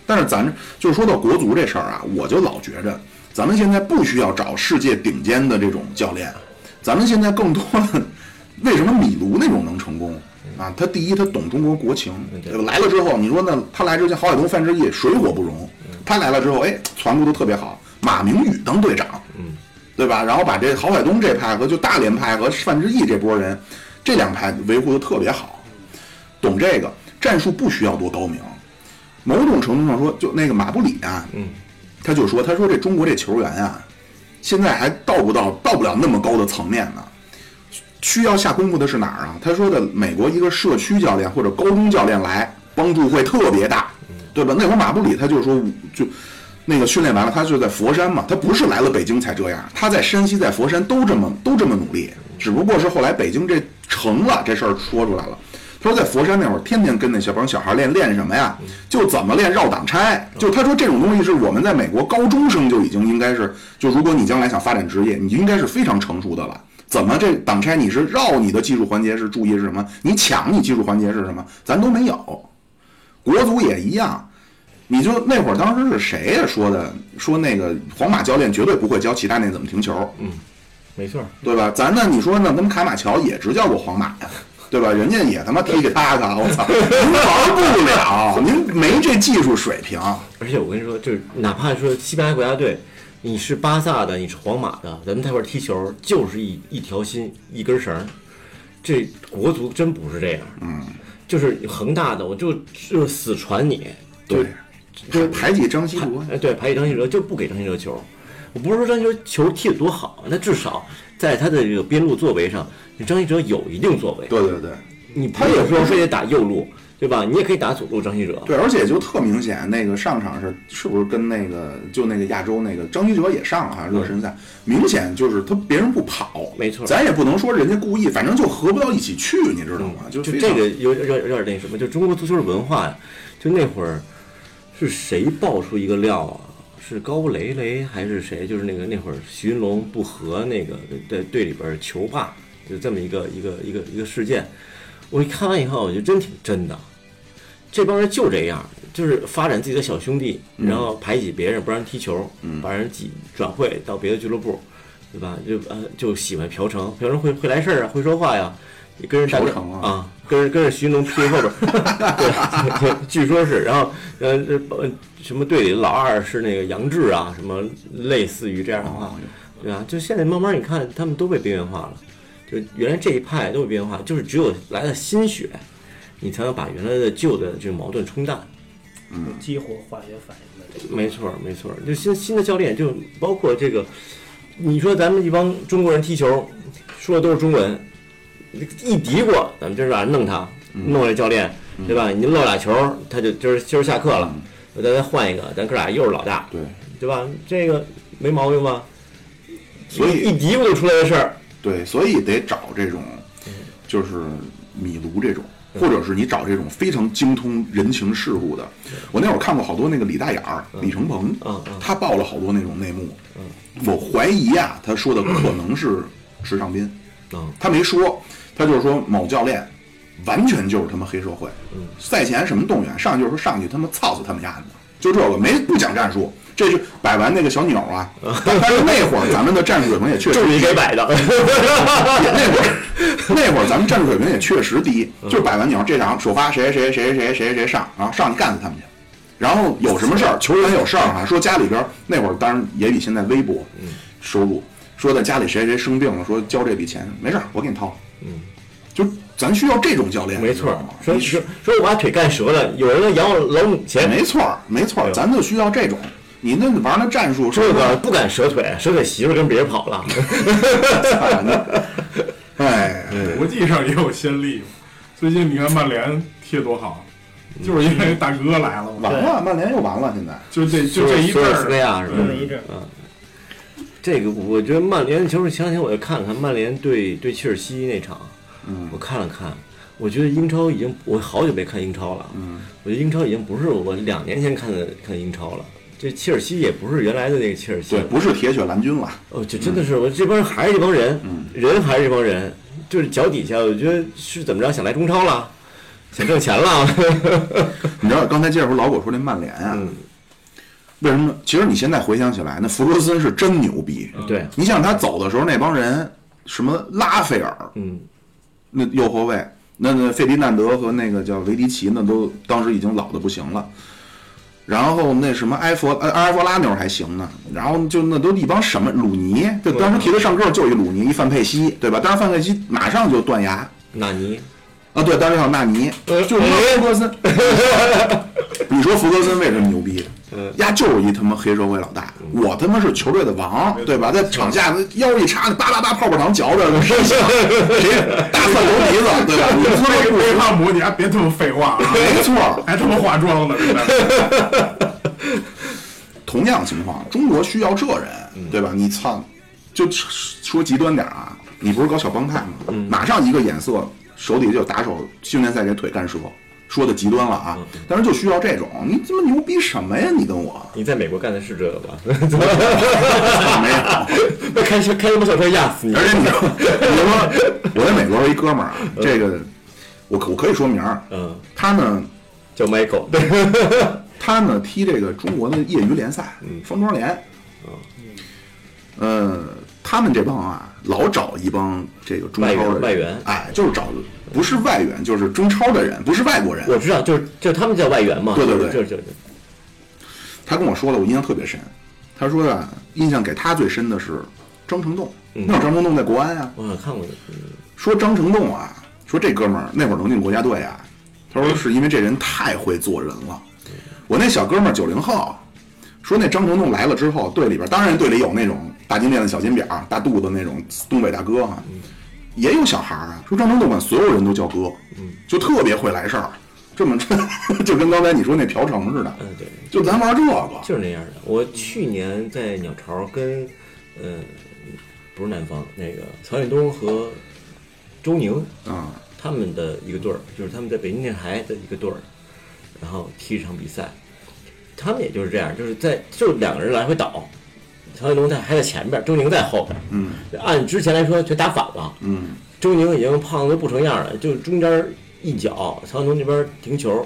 [SPEAKER 2] 但是咱就是说到国足这事儿啊，我就老觉着咱们现在不需要找世界顶尖的这种教练，咱们现在更多的为什么米卢那种能成功啊？他第一，他懂中国国情，
[SPEAKER 1] 嗯对
[SPEAKER 2] 对吧？来了之后，你说那他来之前，郝海东、范志毅水火不容，他来了之后，哎，传播都特别好。马明宇当队长，
[SPEAKER 1] 嗯，
[SPEAKER 2] 对吧？然后把这郝海东这派和就大连派和范志毅这波人，这两派维护的特别好，懂这个战术不需要多高明，某种程度上说，就那个马布里啊，
[SPEAKER 1] 嗯，
[SPEAKER 2] 他就说，他说这中国这球员啊，现在还到不到到不了那么高的层面呢。需要下功夫的是哪儿啊？他说的美国一个社区教练或者高中教练来帮助会特别大，对吧？那会儿马布里他就说就那个训练完了，他就在佛山嘛，他不是来了北京才这样，他在山西在佛山都这么都这么努力，只不过是后来北京这成了这事儿说出来了。他说在佛山那会儿，天天跟那小帮小孩练练什么呀？就怎么练绕挡拆。就他说这种东西是我们在美国高中生就已经应该是，就如果你将来想发展职业，你应该是非常成熟的了。怎么这挡拆你是绕你的技术环节是注意是什么？你抢你技术环节是什么？咱都没有。国足也一样，你就那会儿当时是谁呀说的？说那个皇马教练绝对不会教齐达内怎么停球。
[SPEAKER 1] 没错儿，
[SPEAKER 2] 对吧？咱呢，你说呢？咱们卡马乔也执教过皇马呀，对吧？人家也他妈踢给他的，我操，您玩不了，您没这技术水平。
[SPEAKER 1] 而且我跟你说，就是哪怕说西班牙国家队，你是巴萨的，你是皇马的，咱们在一块儿踢球就是一一条心，一根绳儿。这国足真不是这样，嗯，就是恒大的，我就就是死传你，就
[SPEAKER 2] 就是排挤张稀哲，
[SPEAKER 1] 哎，对，排挤张稀哲就不给张稀哲球。我不是说张稀哲球踢得多好，那至少在他的这个边路作为上，张稀哲有一定作为。
[SPEAKER 2] 对对对
[SPEAKER 1] 你不
[SPEAKER 2] 他也
[SPEAKER 1] 是说
[SPEAKER 2] 不是
[SPEAKER 1] 非得打右路，对吧？你也可以打左路，张稀哲。
[SPEAKER 2] 对，而且就特明显，那个上场是是不是跟那个就那个亚洲那个张稀哲也上了哈热身赛，明显就是他别人不跑，
[SPEAKER 1] 没错
[SPEAKER 2] 咱也不能说人家故意，反正就合不到一起去，你知道吗？就
[SPEAKER 1] 嗯就
[SPEAKER 2] 非
[SPEAKER 1] 这
[SPEAKER 2] 常
[SPEAKER 1] 个有有有点那什么，就中国足球的文化呀，就那会儿是谁爆出一个料啊？是高雷雷还是谁？就是那个那会儿徐云龙不和那个在队里边球霸，就这么一个一个一个一个事件。我一看完以后，我觉得真挺真的，这帮人就这样，就是发展自己的小兄弟，
[SPEAKER 2] 嗯
[SPEAKER 1] 然后排挤别人，不让人踢球，把人挤转会到别的俱乐部，对吧？就呃就喜欢朴成，朴成会会来事儿啊，会说话呀，也跟人打
[SPEAKER 2] 朴
[SPEAKER 1] 架
[SPEAKER 2] 成啊
[SPEAKER 1] 啊，跟着跟着徐云龙屁股后边儿， 对， 据说是，然后呃呃什么队里的老二是那个杨志啊，什么类似于这样的
[SPEAKER 2] 啊
[SPEAKER 1] 话，
[SPEAKER 2] 哦
[SPEAKER 1] 对吧？就现在慢慢你看他们都被边缘化了，就原来这一派都被边缘化，就是只有来了新血，你才能把原来的旧的这个矛盾冲淡。
[SPEAKER 3] 激活化学反应的这个。
[SPEAKER 1] 没错儿，没错儿，就新新的教练，就包括这个，你说咱们一帮中国人踢球，说的都是中文，一嘀咕，咱们今儿吧弄他，
[SPEAKER 2] 嗯
[SPEAKER 1] 弄这教练，对吧？你漏俩球，他就今儿今儿下课了，咱再换一个，咱哥俩又是老大，
[SPEAKER 2] 嗯对，
[SPEAKER 1] 对吧？这个没毛病吧？
[SPEAKER 2] 所以
[SPEAKER 1] 一一嘀咕就出来的事儿，
[SPEAKER 2] 对，所以得找这种，
[SPEAKER 1] 嗯
[SPEAKER 2] 就是米卢这种，或者是你找这种非常精通人情世故的。我那会儿看过好多那个李大眼儿、李承鹏
[SPEAKER 1] 嗯嗯，
[SPEAKER 2] 他爆了好多那种内幕。我怀疑啊，他说的可能是池尚斌，
[SPEAKER 1] 嗯
[SPEAKER 2] 他没说，他就是说某教练完全就是他妈黑社会。
[SPEAKER 1] 嗯
[SPEAKER 2] 赛前什么动员，上去就是说上去他妈操死他们家的，就这个没不讲战术。这就摆完那个小鸟啊，但但是那会儿咱们的战术水平也确实
[SPEAKER 1] 嗯就是你给摆的，
[SPEAKER 2] 也那会儿， 那会儿咱们战术水平也确实低，
[SPEAKER 1] 嗯
[SPEAKER 2] 就摆完鸟这场首发谁谁谁谁谁谁上，然后上去干死他们去。然后有什么事儿，球员有事儿哈，说家里边儿那会儿当然也比现在微薄，
[SPEAKER 1] 嗯
[SPEAKER 2] 收入说在家里谁谁生病了，说交这笔钱没事儿，我给你掏。嗯，就咱需要这种教 练，
[SPEAKER 1] 没
[SPEAKER 2] 你知
[SPEAKER 1] 错
[SPEAKER 2] 道
[SPEAKER 1] 儿
[SPEAKER 2] 吗。
[SPEAKER 1] 说
[SPEAKER 2] 你
[SPEAKER 1] 说说我把腿干折了，有人来养我老母亲，
[SPEAKER 2] 没错儿没错儿，咱就需要这种。你那玩那战术，
[SPEAKER 1] 哎这个不敢折腿，折腿媳妇儿跟别人跑了。
[SPEAKER 2] 哎，
[SPEAKER 4] 国际上也有先例嘛。最近你看曼联踢得多好，就是因为大哥来了嘛，
[SPEAKER 2] 完了，曼联又完了，现在
[SPEAKER 4] 就这就这一辈
[SPEAKER 1] 嗯就是
[SPEAKER 4] 儿
[SPEAKER 1] 那样是吧？
[SPEAKER 3] 这一阵儿
[SPEAKER 1] 这个我觉得曼联的球是前两天我就看了看曼联对对切尔西那场，
[SPEAKER 2] 嗯
[SPEAKER 1] 我看了看，我觉得英超已经我好久没看英超了，
[SPEAKER 2] 嗯，
[SPEAKER 1] 我觉得英超已经不是我两年前看的看英超了。这切尔西也不是原来的那个切尔西
[SPEAKER 2] 对，
[SPEAKER 1] 了，
[SPEAKER 2] 不是铁血蓝军了。
[SPEAKER 1] 哦，这真的是我这帮人还是这帮人，
[SPEAKER 2] 嗯
[SPEAKER 1] 人还是这帮人，就是脚底下，我觉得是怎么着想来中超了，想挣钱 了，
[SPEAKER 2] 你知道刚才接着说老狗说那曼联啊，为什么？其实你现在回想起来，那弗格森是真牛逼。
[SPEAKER 1] 对，
[SPEAKER 2] 你想他走的时候，那帮人什么拉斐尔
[SPEAKER 1] 嗯，
[SPEAKER 2] 那右后卫，那那费迪南德和那个叫维迪奇，那都当时已经老的不行了。然后那什么埃弗呃阿尔弗拉纽还行呢，然后就那都一帮什么鲁尼，就当时提他上个儿就一鲁尼一范佩西，对吧？当时范佩西马上就断崖，
[SPEAKER 1] 纳尼，
[SPEAKER 2] 啊，对，当时还有纳尼，
[SPEAKER 1] 呃
[SPEAKER 2] 就是弗格森。 你说弗格森为什么牛逼？呀，就是一他妈黑社会老大，我他妈是球队的王，对吧？在场下腰一插，叭叭叭泡泡糖嚼着，谁谁大蒜头鼻子，对吧？你他妈
[SPEAKER 4] 贝
[SPEAKER 2] 不
[SPEAKER 4] 贝克汉姆，你还嗯别他妈废话啊！
[SPEAKER 2] 没错，
[SPEAKER 4] 还他妈化 妆呢，真的。
[SPEAKER 2] 同样情况，中国需要这人，对吧？你操，就说极端点儿啊，你不是搞小帮派吗？马上一个眼色，手底下就打手，训练赛给腿干折，说的极端了啊！但是就需要这种，你这么牛逼什么呀？你跟我
[SPEAKER 1] 你在美国干的是这个吧？
[SPEAKER 2] 没有。
[SPEAKER 1] 那开车开他妈小车压死你！
[SPEAKER 2] 而且你知道，你说我在美国有一哥们儿啊，这个我可我可以说名儿，
[SPEAKER 1] 嗯，
[SPEAKER 2] 他呢
[SPEAKER 1] 叫 Michael，对，
[SPEAKER 2] 他呢踢这个中国的业余联赛，
[SPEAKER 1] 嗯
[SPEAKER 2] 方庄联。呃，他们这帮啊，老找一帮这个中超的人
[SPEAKER 1] 外援外援
[SPEAKER 2] 哎，就是找不是外援，就是中超的人，不是外国人。
[SPEAKER 1] 我知道，就是就他们叫外援嘛，
[SPEAKER 2] 对对对
[SPEAKER 1] 就是就是
[SPEAKER 2] 他跟我说了，我印象特别深。他说啊，印象给他最深的是张成栋，
[SPEAKER 1] 嗯
[SPEAKER 2] 那会儿张成栋在国安啊。
[SPEAKER 1] 我好像看过，
[SPEAKER 2] 说张成栋啊，说这哥们儿那会儿能进国家队啊，他说是因为这人太会做人了。我那小哥们儿九零后，说那张成栋来了之后，队里边儿当然队里有那种大金链子、小金表儿、大肚子那种东北大哥啊，也有小孩儿啊。说张成栋管所有人都叫哥，就特别会来事儿，这么 就跟刚才你说那朴成似的，
[SPEAKER 1] 嗯，对，
[SPEAKER 2] 就咱玩这个。
[SPEAKER 1] 就是那样的。我去年在鸟巢跟，呃，不是南方那个曹远东和周宁
[SPEAKER 2] 啊，
[SPEAKER 1] 他们的一个队儿，就是他们在北京电视台的一个队儿，然后踢一场比赛，他们也就是这样，就是在就两个人来回倒，曹远东在还在前边，周宁在后边，
[SPEAKER 2] 嗯
[SPEAKER 1] 按之前来说全打反了，
[SPEAKER 2] 嗯，
[SPEAKER 1] 周宁已经胖的不成样了，就中间一脚，曹晓东这边停球，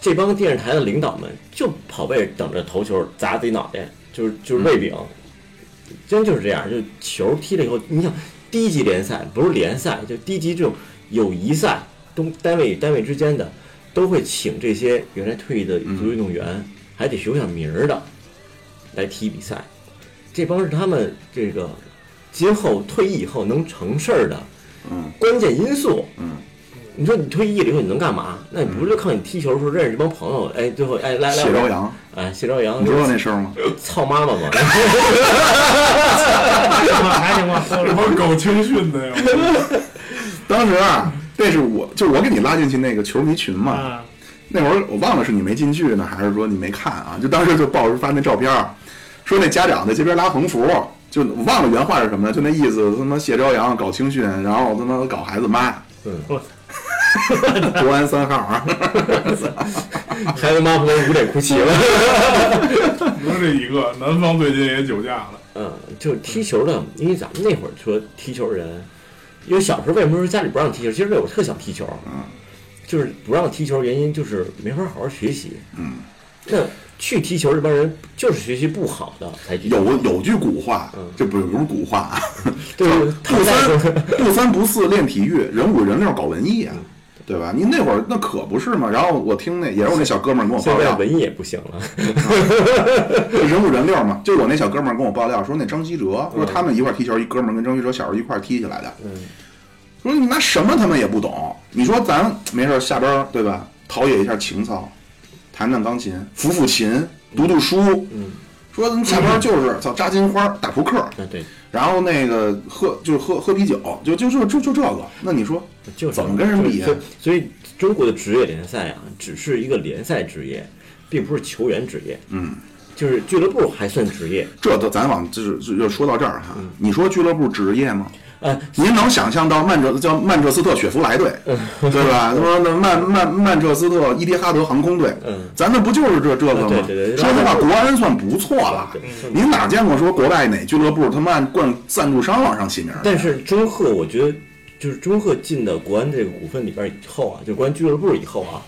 [SPEAKER 1] 这帮电视台的领导们就跑位等着头球砸自己脑袋，就是就是喂饼，真就是这样，就球踢了以后，你想低级联赛不是联赛，就低级这种友谊赛，东单位与单位之间的都会请这些原来退役的足球运动员，还得有点名儿的来踢比赛，这帮是他们这个今后退役以后能成事儿的
[SPEAKER 2] 嗯
[SPEAKER 1] 关键因素。
[SPEAKER 2] 嗯，
[SPEAKER 1] 你说你退役了以后你能干嘛？那你不是就靠你踢球的时候认识这帮朋友？哎，最后哎来来，
[SPEAKER 2] 谢朝阳，
[SPEAKER 1] 我哎谢朝阳，
[SPEAKER 2] 你知道那事儿吗？
[SPEAKER 1] 操妈妈吗？
[SPEAKER 3] 啊还行吧，
[SPEAKER 4] 这帮狗青训的呀！
[SPEAKER 2] 当时啊，这是我就我给你拉进去那个球迷群嘛，
[SPEAKER 3] 啊，
[SPEAKER 2] 那会儿我忘了是你没进去呢，还是说你没看啊？就当时就报纸发那照片儿，说那家长在街边拉横幅，就我忘了原话是什么了，就那意思，他妈谢朝阳搞青训，然后他妈搞孩子妈，
[SPEAKER 3] 我
[SPEAKER 2] 国安三号啊，
[SPEAKER 1] 孩子妈回来捂脸哭泣了。
[SPEAKER 4] 你说这一个，南方最近也酒驾了，
[SPEAKER 1] 嗯，就踢球的，因为咱们那会儿说踢球人，因为小时候为什么说家里不让踢球？其实那会儿特想踢球，
[SPEAKER 2] 嗯，
[SPEAKER 1] 就是不让踢球，原因就是没法好好学习。
[SPEAKER 2] 嗯，
[SPEAKER 1] 那去踢球这帮人就是学习不好的才去踢
[SPEAKER 2] 有啊有句古话
[SPEAKER 1] 嗯，
[SPEAKER 2] 这不不是古话 啊，
[SPEAKER 1] 对
[SPEAKER 2] 不
[SPEAKER 1] 他在
[SPEAKER 2] 三不三不四练体育，人五人六搞文艺啊，
[SPEAKER 1] 嗯
[SPEAKER 2] 对吧？您那会儿那可不是嘛。然后我听那也是我那小哥们儿跟我
[SPEAKER 1] 现
[SPEAKER 2] 爆
[SPEAKER 1] 在
[SPEAKER 2] 料，
[SPEAKER 1] 文艺也不行了，
[SPEAKER 2] 就人五人六
[SPEAKER 1] 嗯
[SPEAKER 2] 嘛，就我那小哥们儿跟我爆料说，那张稀哲说他们一块儿踢球，一哥们儿跟张稀哲小时候一块儿踢起来的。
[SPEAKER 1] 嗯，
[SPEAKER 2] 说你妈什么他们也不懂，你说咱没事儿下班儿对吧，陶冶一下情操，弹弹钢琴，抚抚琴，读读书。
[SPEAKER 1] 嗯，
[SPEAKER 2] 说咱们下班儿就是操扎金花儿打扑克儿，
[SPEAKER 1] 那对，
[SPEAKER 2] 然后那个喝就是喝喝啤酒，就就就就就这个。那你说
[SPEAKER 1] 就是
[SPEAKER 2] 怎么跟人比啊
[SPEAKER 1] 所以所以中国的职业联赛啊，只是一个联赛职业，并不是球员职业。
[SPEAKER 2] 嗯，
[SPEAKER 1] 就是俱乐部还算职业。
[SPEAKER 2] 这都咱往就是就就说到这儿哈，
[SPEAKER 1] 嗯
[SPEAKER 2] 你说俱乐部职业吗？
[SPEAKER 1] 呃，
[SPEAKER 2] 您能想象到曼彻叫曼彻斯特雪佛莱队，
[SPEAKER 1] 嗯
[SPEAKER 2] 对吧？说那曼曼曼彻斯特伊蒂哈德航空队
[SPEAKER 1] 嗯，
[SPEAKER 2] 咱那不就是这这个吗
[SPEAKER 1] 对对对？
[SPEAKER 2] 说实话，国安算不错了
[SPEAKER 1] 对对。
[SPEAKER 2] 您哪见过说国外哪俱乐部他妈按冠赞助商往上起名儿？
[SPEAKER 1] 但是中赫，我觉得就是中赫进到国安这个股份里边以后啊，就国安俱乐部以后啊，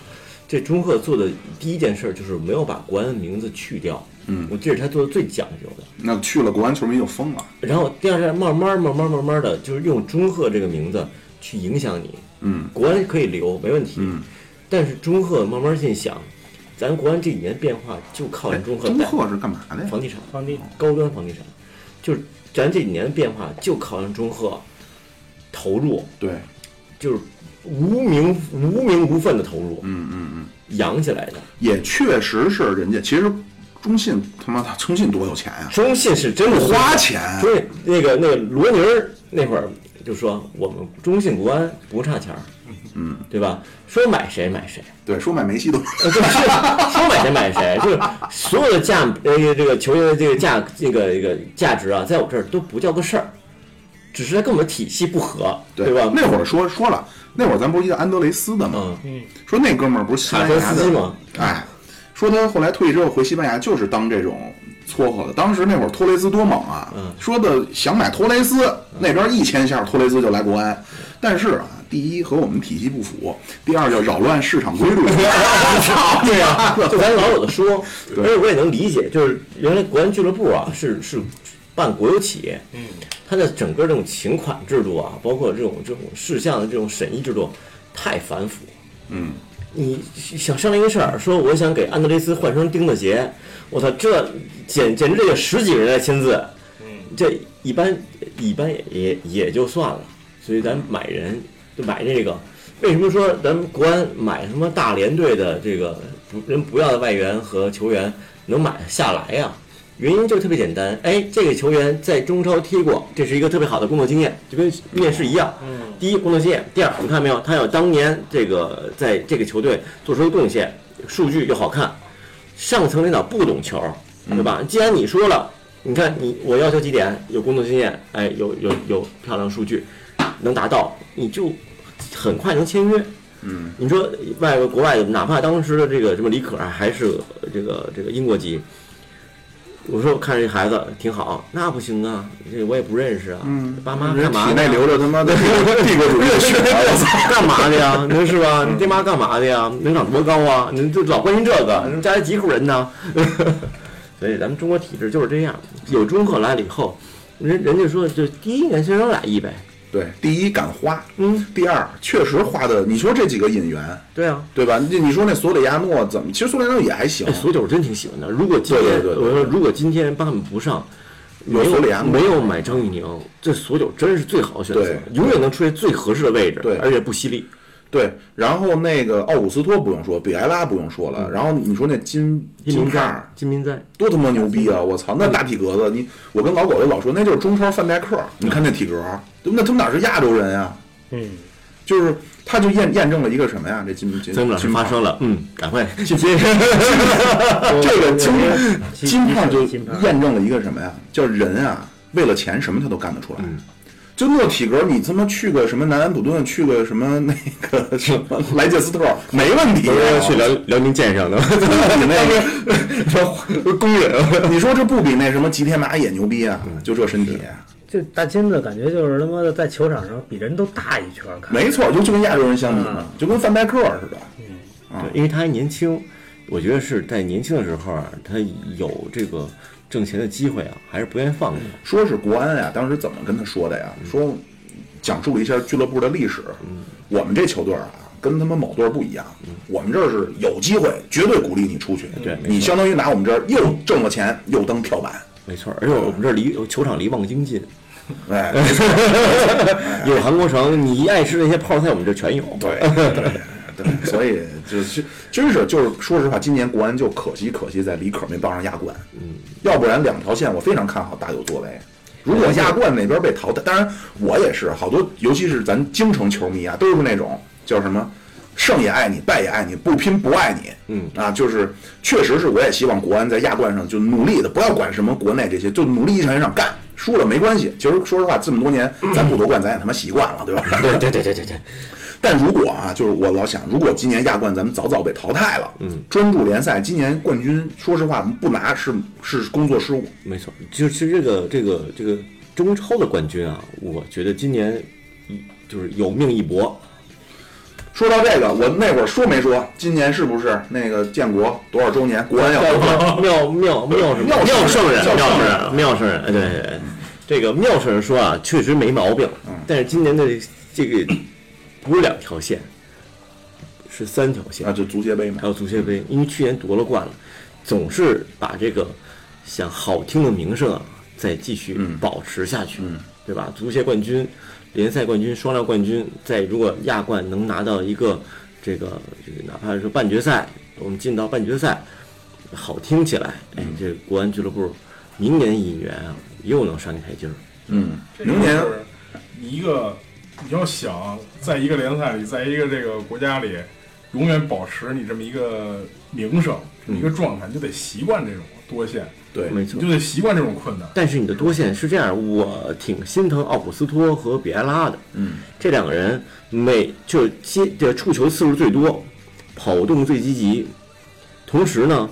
[SPEAKER 1] 这中赫做的第一件事就是没有把国安的名字去掉。嗯，我这是他做的最讲究的。
[SPEAKER 2] 那去了国安球迷就疯了。
[SPEAKER 1] 然后第二件，慢慢慢慢慢慢的，就是用中赫这个名字去影响你。
[SPEAKER 2] 嗯，
[SPEAKER 1] 国安可以留，没问题。
[SPEAKER 2] 嗯，
[SPEAKER 1] 但是中赫慢慢心想，咱国安这几年变化就靠人中赫
[SPEAKER 2] 哎中
[SPEAKER 1] 带
[SPEAKER 2] 赫是干嘛的呀？
[SPEAKER 1] 房地产，
[SPEAKER 3] 房地
[SPEAKER 1] 高端房地产，就是咱这几年的变化就靠人中赫投入，
[SPEAKER 2] 对，
[SPEAKER 1] 就是无名无名无份的投入，
[SPEAKER 2] 嗯嗯嗯，
[SPEAKER 1] 养起来的。
[SPEAKER 2] 也确实是人家。其实中信他妈的中信多有钱啊呀，
[SPEAKER 1] 中信是真的
[SPEAKER 2] 不花钱。
[SPEAKER 1] 所以那个那个罗宁儿那会儿就说我们中信国安不差钱儿，嗯，对吧？说买谁买谁，
[SPEAKER 2] 对，说买梅西都
[SPEAKER 1] 呃就是说买谁买谁，就是所有的价呃这个球员的这个价这个这个价值啊，在我这儿都不叫个事儿，只是它跟我们体系不合， 对吧？
[SPEAKER 2] 那会儿说说了，那会儿咱不是一个安德雷斯的吗？
[SPEAKER 1] 嗯，
[SPEAKER 3] 嗯，
[SPEAKER 2] 说那哥们儿不是西班牙
[SPEAKER 1] 卡车司
[SPEAKER 2] 的
[SPEAKER 1] 机吗
[SPEAKER 2] 哎，说他后来退役之后回西班牙就是当这种撮合的。当时那会儿托雷斯多猛啊，
[SPEAKER 1] 嗯
[SPEAKER 2] 说的想买托雷斯，那边一签下托雷斯就来国安。但是啊，第一和我们体系不符，第二叫扰乱市场 规律。操
[SPEAKER 1] 对啊，就咱老有的说，
[SPEAKER 2] 对
[SPEAKER 1] 而且我也能理解，就是原来国安俱乐部啊是是办国有企业，嗯，它的整个这种请款制度啊，包括这种这种事项的这种审议制度太繁复，
[SPEAKER 2] 嗯，
[SPEAKER 1] 你想商量一个事儿，说我想给安德雷斯换双钉子鞋，我操，这简简直得有十几个人来签字，嗯，这一般一般也也也就算了，所以咱买人就买这个。为什么说咱们国安买什么大连队的这个不人不要的外援和球员能买得下来呀、原因就特别简单，哎，这个球员在中超踢过，这是一个特别好的工作经验，就跟面试一样。
[SPEAKER 3] 嗯，
[SPEAKER 1] 第一工作经验，第二你看没有，他有当年这个在这个球队做出的贡献，数据又好看。上层领导不懂球，
[SPEAKER 2] 嗯
[SPEAKER 1] 对吧？既然你说了，你看你我要求几点，有工作经验，哎，有有有漂亮数据，能达到，你就很快能签约。
[SPEAKER 2] 嗯，
[SPEAKER 1] 你说外国国外的，哪怕当时的这个什么李可啊还是这个这个英国籍，我说我看这孩子挺好，那不行啊，这我也不认识啊，爸妈
[SPEAKER 2] 嗯人
[SPEAKER 1] 干嘛
[SPEAKER 2] 体
[SPEAKER 1] 呢
[SPEAKER 2] 内流着他妈的帝国主义的血，我操！
[SPEAKER 1] 干嘛的 呀？您是吧？你爹妈干嘛的呀？能长多高啊？您就老关心这个，你们家里几口人呢？ 所以咱们中国体制就是这样，有中客来了以后，人人家说就第一年先生来一呗，
[SPEAKER 2] 对，第一敢花，
[SPEAKER 1] 嗯，
[SPEAKER 2] 第二确实花的，你说这几个引援。
[SPEAKER 1] 对啊。
[SPEAKER 2] 对吧？你你说那索里亚诺怎么？其实索里亚诺也还行啊
[SPEAKER 1] 哎，，索九我真挺喜欢的。如果今天
[SPEAKER 2] 对对对对
[SPEAKER 1] 我说如果今天巴赫姆不上，
[SPEAKER 2] 有
[SPEAKER 1] 没
[SPEAKER 2] 索里亚
[SPEAKER 1] 有
[SPEAKER 2] 诺
[SPEAKER 1] 没有买张玉宁，这索九真是最好的选择
[SPEAKER 2] 对，
[SPEAKER 1] 永远能出现最合适的位置，
[SPEAKER 2] 对
[SPEAKER 1] 而且不犀利。
[SPEAKER 2] 对，然后那个奥古斯托不用说，比埃拉不用说了，然后你说那金
[SPEAKER 1] 金
[SPEAKER 2] 金
[SPEAKER 1] 明
[SPEAKER 2] 片
[SPEAKER 1] 在
[SPEAKER 2] 儿，
[SPEAKER 1] 金明在，
[SPEAKER 2] 多他妈牛逼啊！我操，那大体格子，你我跟老狗就老说，那就是中超范戴克儿，你看那体格儿，对吧那他们哪是亚洲人啊？
[SPEAKER 3] 嗯，
[SPEAKER 2] 就是他就验验证了一个什么呀？这金金
[SPEAKER 1] 曾
[SPEAKER 2] 金
[SPEAKER 1] 老师发
[SPEAKER 2] 胖
[SPEAKER 1] 声了，嗯，赶快继续。
[SPEAKER 2] 啊这个金
[SPEAKER 3] 金
[SPEAKER 2] 金胖就
[SPEAKER 3] 金胖
[SPEAKER 2] 验证了一个什么呀？叫人啊，为了钱什么他都干得出来。就那体格，你他妈去个什么南安普顿，去个什么那个什么莱切斯特，没问题、
[SPEAKER 1] 不
[SPEAKER 2] 啊。
[SPEAKER 1] 是要去辽辽宁舰 上的吗？
[SPEAKER 2] 你那个工
[SPEAKER 1] 啊
[SPEAKER 2] 人，你说这不比那什么吉田麻也牛逼啊？
[SPEAKER 1] 嗯
[SPEAKER 2] 就这身体，
[SPEAKER 3] 这大金子感觉就是他妈的在球场上比人都大一圈儿，看
[SPEAKER 2] 没错，就就跟亚洲人相比
[SPEAKER 1] 嗯
[SPEAKER 2] 嘛，就跟范戴克似的。
[SPEAKER 1] 对因为他还年轻，我觉得是在年轻的时候啊，他有这个挣钱的机会啊，还是不愿意放弃。
[SPEAKER 2] 说是国安啊呀，当时怎么跟他说的
[SPEAKER 1] 嗯
[SPEAKER 2] 呀？说讲述了一下俱乐部的历史。我们这球队啊，跟他们某队不一样，我们这儿是有机会，绝对鼓励你出去。
[SPEAKER 1] 嗯对没错
[SPEAKER 2] 你相当于拿我们这儿又挣了钱，又登跳板。
[SPEAKER 1] 没错，而且我们这儿离球场离望京近，
[SPEAKER 2] 哎，
[SPEAKER 1] 有韩国城，你爱吃那些泡菜，我们这全有。
[SPEAKER 2] 对对对，所以就是真是就是说实话，今年国安就可惜可惜在李可没帮上亚冠，嗯，要不然两条线我非常看好大有作为。如果亚冠那边被淘汰，当然我也是好多，尤其是咱京城球迷啊，都是那种叫什么。胜也爱你，败也爱你，不拼不爱你。嗯啊，就是确实是，我也希望国安在亚冠上就努力的，不要管什么国内这些，就努力一场一场干，输了没关系。其实说实话，这么多年咱不夺冠，咱也他妈习惯了， 对吧？
[SPEAKER 1] 对对对对对对，
[SPEAKER 2] 但如果啊，就是我老想，如果今年亚冠咱们早早被淘汰了，嗯，专注联赛，今年冠军，说实话不拿是是工作失误，
[SPEAKER 1] 没错，就其实这个这个这个中超的冠军啊，我觉得今年嗯就是有命一搏。
[SPEAKER 2] 说到这个，我那会儿说没说，今年是不是那个建国多少周年？国安要夺冠，
[SPEAKER 1] 妙妙妙什么？
[SPEAKER 2] 妙
[SPEAKER 1] 妙
[SPEAKER 2] 圣
[SPEAKER 1] 圣
[SPEAKER 2] 人
[SPEAKER 1] 人，妙圣人，妙圣人。哎，对对对，这个妙圣人说啊，确实没毛病。但是今年的这个不是两条线，是三条线
[SPEAKER 2] 那，啊就足协杯嘛
[SPEAKER 1] 还。有足协杯，因为去年夺了冠了，总是把这个想好听的名声啊，再继续保持下去，对吧？足协冠军、联赛冠军、双料冠军，在如果亚冠能拿到一个这个这个，哪怕是半决赛，我们进到半决赛，好听起来，哎，这国安俱乐部明年引援啊，又能上一台阶儿。
[SPEAKER 2] 嗯，
[SPEAKER 4] 这
[SPEAKER 2] 明年
[SPEAKER 4] 就是一个你要想在一个联赛里，在一个这个国家里，永远保持你这么一个名声，这
[SPEAKER 1] 嗯
[SPEAKER 4] 么一个状态，你就得习惯这种多线，
[SPEAKER 2] 对，
[SPEAKER 1] 没错
[SPEAKER 4] 你就，得习惯这种困难。
[SPEAKER 1] 但是你的多线是这样，我挺心疼奥普斯托和比埃拉的。
[SPEAKER 2] 嗯，
[SPEAKER 1] 这两个人每就是接这触球次数最多，跑动最积极，同时呢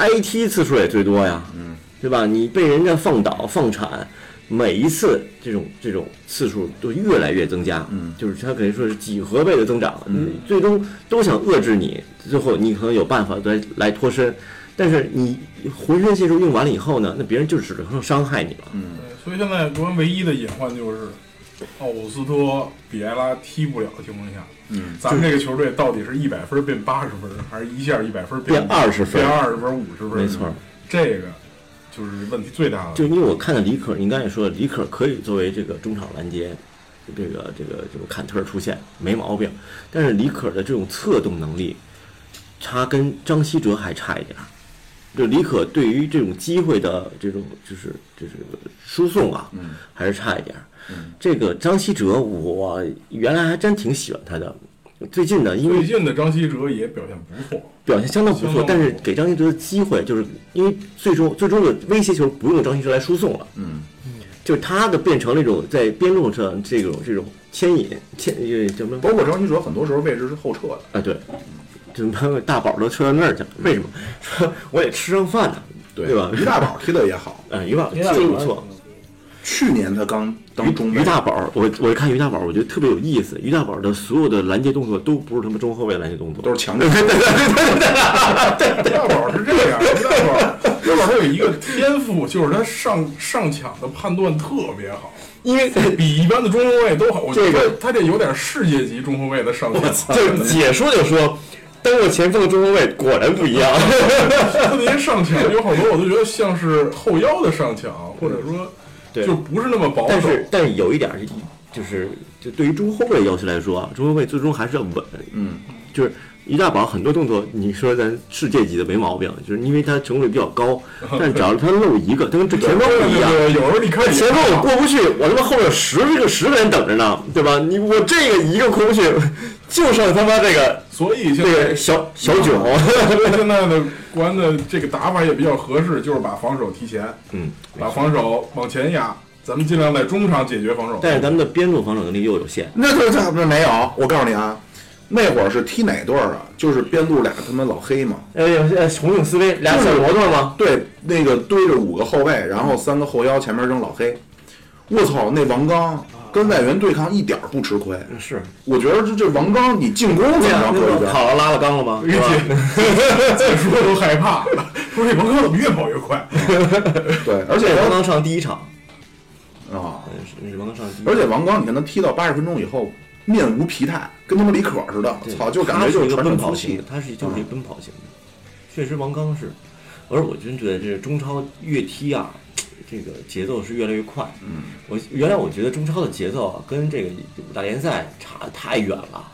[SPEAKER 1] ，IT 次数也最多呀。嗯，对吧？你被人家放倒放铲，每一次这种这种次数都越来越增加。嗯，就是他可以说是几何倍的增长。嗯，最终都想遏制你，最后你可能有办法来来脱身。但是你浑身解数用完了以后呢，那别人就只能伤害你了。嗯，
[SPEAKER 4] 对所以现在国安唯一的隐患就是，奥古斯托、比埃拉踢不了的情况下，嗯，咱们这个球队到底是一百分变八十分，还是一下一百分
[SPEAKER 1] 变20分
[SPEAKER 4] 变二十分、五十分？
[SPEAKER 1] 没错，
[SPEAKER 4] 这个就是问题最大的。
[SPEAKER 1] 就因为我看到李可，你刚才也说了，李可可以作为这个中场拦截，这个这个这个坎特尔出现没毛病，但是李可的这种策动能力，他跟张稀哲还差一点儿。就李可对于这种机会的这种就是就是输送啊，还是差一点儿。这个张稀哲，我原来还真挺喜欢他的，最近呢，因为
[SPEAKER 4] 最近的张稀哲也表现不错，
[SPEAKER 1] 表现相当不
[SPEAKER 4] 相
[SPEAKER 1] 错
[SPEAKER 4] 当，
[SPEAKER 1] 但是
[SPEAKER 4] 不错
[SPEAKER 1] 给张稀哲的机会，就是因为最终最终的威胁球不用张稀哲来输送了，
[SPEAKER 2] 嗯，
[SPEAKER 1] 就是他的变成了一种在边路上这种这种牵引牵呃叫什么
[SPEAKER 2] 包括张稀哲很多时候位置是后撤的，
[SPEAKER 1] 啊？对，就他妈大宝都撤到那儿去了，为什么？ 说我得吃上饭呢，对吧？
[SPEAKER 2] 于大宝踢的也好，
[SPEAKER 1] 啊，于大
[SPEAKER 3] 于大
[SPEAKER 1] 踢得不错
[SPEAKER 3] 宝，
[SPEAKER 2] 去年他刚当中卫
[SPEAKER 1] 于，大宝，我我看于大宝，我觉得特别有意思。于大宝的所有的拦截动作都不是他妈中后卫的拦截动作，
[SPEAKER 2] 都是强攻，
[SPEAKER 4] 大宝是这样，大宝 大宝他有一个天赋，就是他上上抢的判断特别好，
[SPEAKER 1] 因为
[SPEAKER 4] 比一般的中后卫都好。我觉得
[SPEAKER 1] 这个
[SPEAKER 4] 他这有点世界级中后卫的上抢，
[SPEAKER 1] 就解说就说，登过前锋的中后卫果然不一样。
[SPEAKER 4] 他 那些上抢有好多我都觉得像是后腰的上抢，或者说
[SPEAKER 1] 对
[SPEAKER 4] 就不是那么保
[SPEAKER 1] 但
[SPEAKER 4] 守。
[SPEAKER 1] 是但是有一点儿是，就是就对于中后卫的要求来说啊，中后卫最终还是要稳，嗯，就是于大宝很多动作，你说咱世界级的没毛病，就是因为他成功率比较 高，但只要他漏一个，他跟这前锋不一样。
[SPEAKER 4] 对对对有时候你看
[SPEAKER 1] 前锋我过不去，我他妈后面有十个十个人等着呢，对吧？你我这个一个过不去，就剩他妈这个
[SPEAKER 4] 所以
[SPEAKER 1] 这
[SPEAKER 4] 现
[SPEAKER 1] 个
[SPEAKER 4] 在
[SPEAKER 1] 小小囧。
[SPEAKER 4] 现在的国安的这个打法也比较合适，就是把防守提前，
[SPEAKER 1] 嗯，
[SPEAKER 4] 把防守往前压，咱们尽量在中场解决防守。
[SPEAKER 1] 但是咱们的边路防守能力又有限，
[SPEAKER 2] 那就他们没有。我告诉你啊，那会儿是踢哪队儿啊？就是边路俩他妈老黑嘛，
[SPEAKER 1] 呃，呃，红警思维俩小摩托吗？
[SPEAKER 2] 对，那个堆着五个后卫，然后三个后腰，前面扔老黑。我操，那王刚跟外援对抗一点儿不吃亏。
[SPEAKER 1] 是，
[SPEAKER 2] 我觉得这这王刚，你进攻怎么
[SPEAKER 1] 啊
[SPEAKER 2] 着搁一边？
[SPEAKER 1] 跑了拉了缸了吗？
[SPEAKER 4] 而且 再说都害怕了，说这王哥怎么越跑越快？
[SPEAKER 2] 对，而且
[SPEAKER 1] 王
[SPEAKER 2] 王
[SPEAKER 1] 刚上第一场，
[SPEAKER 2] 啊，
[SPEAKER 1] 嗯，是王刚上第一场
[SPEAKER 2] 而且王刚，你看他踢到八十分钟以后，面无疲态，跟他妈李可似的。操，就感
[SPEAKER 1] 他
[SPEAKER 2] 觉就是
[SPEAKER 1] 一
[SPEAKER 2] 是
[SPEAKER 1] 个
[SPEAKER 2] 喘
[SPEAKER 1] 奔
[SPEAKER 2] 喘
[SPEAKER 1] 跑
[SPEAKER 2] 粗
[SPEAKER 1] 型
[SPEAKER 2] 气
[SPEAKER 1] 的，。嗯他是就是一奔跑型的，确实王刚是，而我真觉得这中超越踢啊，这个节奏是越来越快。嗯，我原来我觉得中超的节奏啊，跟这个五大联赛差得太远了。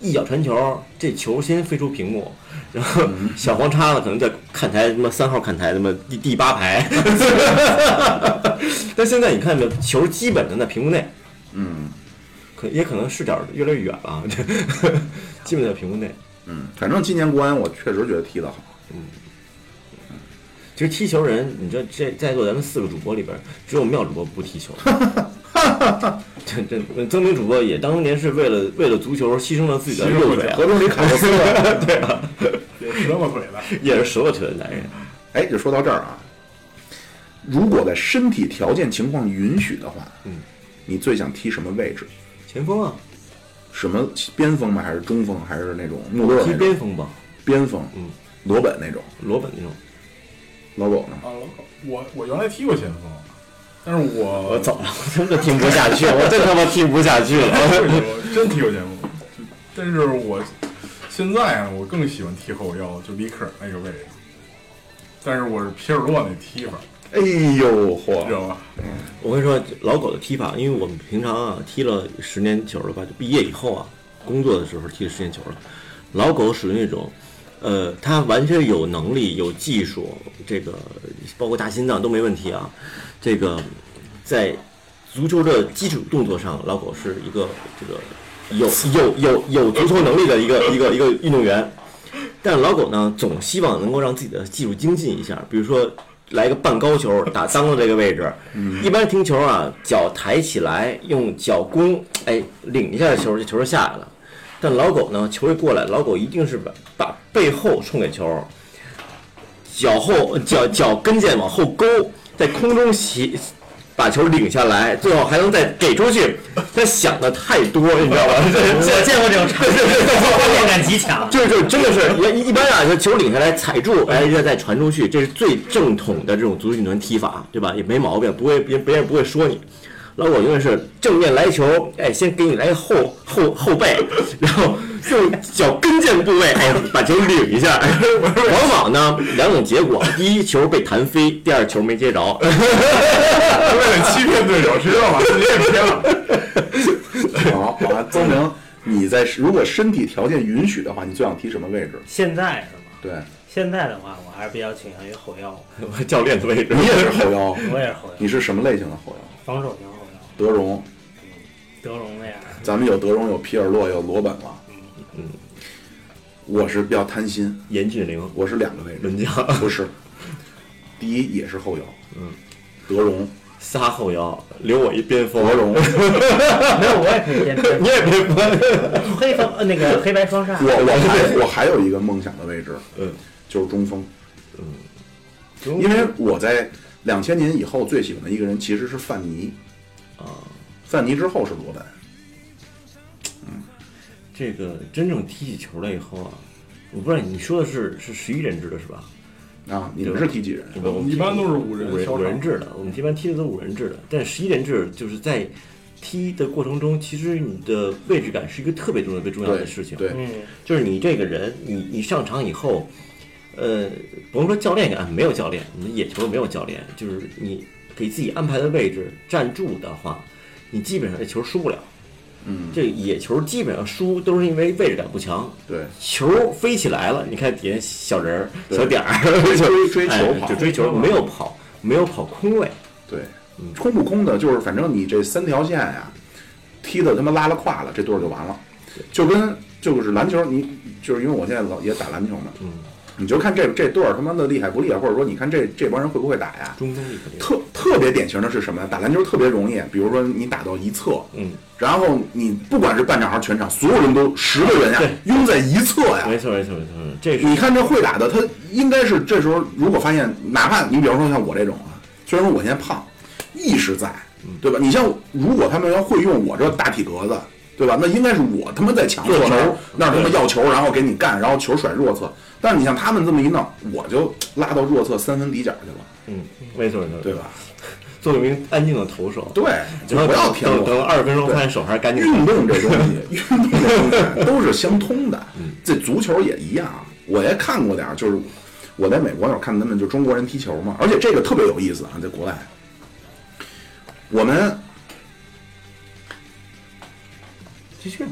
[SPEAKER 1] 一脚传球，这球先飞出屏幕，然后小黄叉子可能在看台他妈三号看台他妈第第八 排，但现在你看这球基本上在屏幕内，
[SPEAKER 2] 嗯
[SPEAKER 1] 可也可能视角越来越远了，啊这基本在屏幕内。
[SPEAKER 2] 嗯，反正今年国安我确实觉得踢得好。
[SPEAKER 1] 其实踢球人，你知道这在座咱们四个主播里边，只有妙主播不踢 球。这这曾明主播也当年是为了为了足球牺牲了自己的右腿啊，
[SPEAKER 2] 合同里卡洛斯了。
[SPEAKER 4] 也折过腿了。
[SPEAKER 1] 也是折了腿的男人。
[SPEAKER 2] 哎，就说到这儿啊，如果在身体条件情况允许的话，
[SPEAKER 1] 嗯，
[SPEAKER 2] 你最想踢什么位置？
[SPEAKER 1] 前锋啊，
[SPEAKER 2] 什么边锋吗？还是中锋？还是那种穆勒
[SPEAKER 1] 踢
[SPEAKER 2] 那种
[SPEAKER 1] 边锋吧，
[SPEAKER 2] 边锋？
[SPEAKER 1] 嗯，
[SPEAKER 2] 罗本那种。
[SPEAKER 1] 罗本那种。
[SPEAKER 2] 老狗呢？
[SPEAKER 4] 啊，我我原来踢过前锋，但是我
[SPEAKER 1] 我走了，我真的听不下去，我真他妈听不下去 了。
[SPEAKER 4] 我真踢过前锋，就但是我现在啊，我更喜欢踢后腰，就里克尔那个位置。但是我是皮尔洛那踢法，
[SPEAKER 2] 哎呦
[SPEAKER 4] 你知
[SPEAKER 2] 嚯！
[SPEAKER 4] 道吧？
[SPEAKER 1] 我跟你说，老狗的踢法，因为我们平常啊踢了十年球了吧，就毕业以后啊，工作的时候踢了十年球了。老狗属于那种，呃，他完全有能力、有技术，这个包括大心脏都没问题啊。这个在足球的基础动作上，老狗是一个这个有有有有足球能力的一个一个一个运动员。但老狗呢，总希望能够让自己的技术精进一下，比如说来个半高球打裆的这个位置。
[SPEAKER 3] 嗯
[SPEAKER 1] 一般停球啊，脚抬起来，用脚弓，哎，领一下球，这球就下来了。但老狗呢，球一过来，老狗一定是把把背后冲给球，脚后脚脚跟腱往后勾，在空中起把球领下来，最后还能再给出去。他想的太多，你知道吧？
[SPEAKER 3] 我见过这种 场景，画面感极强。
[SPEAKER 1] 就是就是真的 是一一般啊，就球领下来踩住，哎，再再传出去，这是最正统的这种足球运动员踢法，对吧？也没毛病，不会别别人不会说你。老我永远是正面来球，哎，先给你来个后后后背， 然后用脚跟腱部位，哎，把球领一 下。往往呢，两种结果：第一球被弹飞，第二球没接着。
[SPEAKER 4] 为了欺骗对手，谁知道把自己也偏了？
[SPEAKER 2] 好，好啊，曾明，你在如果身体条件允许的话，你最想踢什么位置？
[SPEAKER 3] 现在是吗？
[SPEAKER 2] 对，
[SPEAKER 3] 现在的话，我还是比较倾向于后腰，
[SPEAKER 1] 教练的位置
[SPEAKER 2] 你也是后腰，
[SPEAKER 3] 我也是后腰，
[SPEAKER 2] 你是什么类型的后腰？
[SPEAKER 3] 防守型后腰，
[SPEAKER 2] 德容，
[SPEAKER 3] 德容那样。
[SPEAKER 2] 咱们有德容，有皮尔洛，有罗本了。嗯，我是比较贪心，
[SPEAKER 1] 严俊凌、
[SPEAKER 2] 我是两个位置，
[SPEAKER 1] 门将、
[SPEAKER 2] 不是，第一也是后腰，
[SPEAKER 1] 嗯，
[SPEAKER 2] 德容，
[SPEAKER 1] 仨后腰，留我一边锋。
[SPEAKER 2] 德 容，
[SPEAKER 3] 没有，我也可以 变
[SPEAKER 1] 你也 别锋。
[SPEAKER 3] 黑方 呃那个黑白双煞
[SPEAKER 2] 我，我还我还有一个梦想的位置，
[SPEAKER 1] 嗯，
[SPEAKER 2] 就是中锋，
[SPEAKER 1] 中
[SPEAKER 2] 因为我在两千年以后最喜欢的一个人其实是范尼，
[SPEAKER 1] 啊，
[SPEAKER 2] 范尼之后是罗本，
[SPEAKER 1] 这个真正踢起球来以后啊，我不知道你说的是是十一人制的是吧？
[SPEAKER 2] 啊，你们是踢几人？
[SPEAKER 1] 对吧？我们
[SPEAKER 4] 呃一般都是五人
[SPEAKER 1] 五人
[SPEAKER 4] 小
[SPEAKER 1] 五
[SPEAKER 4] 场
[SPEAKER 1] 人制的，我们一般踢的都是五人制的，但十一人制就是在踢的过程中，其实你的位置感是一个特别重要、特别重要
[SPEAKER 2] 对，
[SPEAKER 1] 的事情。
[SPEAKER 2] 对，
[SPEAKER 3] 嗯，
[SPEAKER 1] 就是你这个人，你你上场以后，呃，甭说教练啊，没有教练，我们野球没有教练，就是你给自己安排的位置站住的话，你基本上这球输不了。
[SPEAKER 2] 嗯，
[SPEAKER 1] 这野球基本上输都是因为位置感不强，
[SPEAKER 2] 对，
[SPEAKER 1] 球飞起来了，你看底下小人儿、
[SPEAKER 2] 对
[SPEAKER 1] 小点儿就
[SPEAKER 2] 追追
[SPEAKER 1] 哎
[SPEAKER 2] 球跑
[SPEAKER 1] 就追球，没有跑，没有跑空位，
[SPEAKER 2] 对，空嗯不空的，就是反正你这三条线呀、踢的他妈拉了胯了，这队儿就完了。就跟就是篮球，你就是因为我现在老也打篮球嘛，
[SPEAKER 1] 嗯，
[SPEAKER 2] 你就看这这队儿他妈的厉害不厉害，或者说你看这这帮人会不会打呀？
[SPEAKER 1] 中锋力肯定。
[SPEAKER 2] 特特别典型的是什么呀？打篮球特别容易，比如说你打到一侧，
[SPEAKER 1] 嗯，
[SPEAKER 2] 然后你不管是半场还是全场，所有人都十个人呀、拥在一侧呀、
[SPEAKER 1] 嗯没错没错没错，没错这
[SPEAKER 2] 你
[SPEAKER 1] 是
[SPEAKER 2] 看这会打的，他应该是这时候如果发现，哪怕你比方说像我这种啊，虽然说我现在胖，意识在，
[SPEAKER 1] 嗯
[SPEAKER 2] 对吧？你像如果他们要会用我这大体格子，对吧？那应该是我他妈在强侧
[SPEAKER 1] 做球嗯
[SPEAKER 2] 那儿那儿他妈
[SPEAKER 1] 对
[SPEAKER 2] 要球，然后给你干，然后球甩弱侧。但是你像他们这么一弄，我就拉到弱侧三分底角去了，
[SPEAKER 1] 嗯，没错没错，
[SPEAKER 2] 对？吧？
[SPEAKER 1] 做一名安静的投手，
[SPEAKER 2] 对，就
[SPEAKER 1] 然后
[SPEAKER 2] 不要
[SPEAKER 1] 等
[SPEAKER 2] 天
[SPEAKER 1] 等
[SPEAKER 2] 我。嗯
[SPEAKER 1] 等二十分钟，发现手还是干净
[SPEAKER 2] 运
[SPEAKER 1] 的。
[SPEAKER 2] 动这东西，运动这东西都是相通的。这足球也一样，我也看过点儿，就是我在美国那会儿看他们就中国人踢球嘛，而且这个特别有意思啊，在国外，我们
[SPEAKER 1] 继续，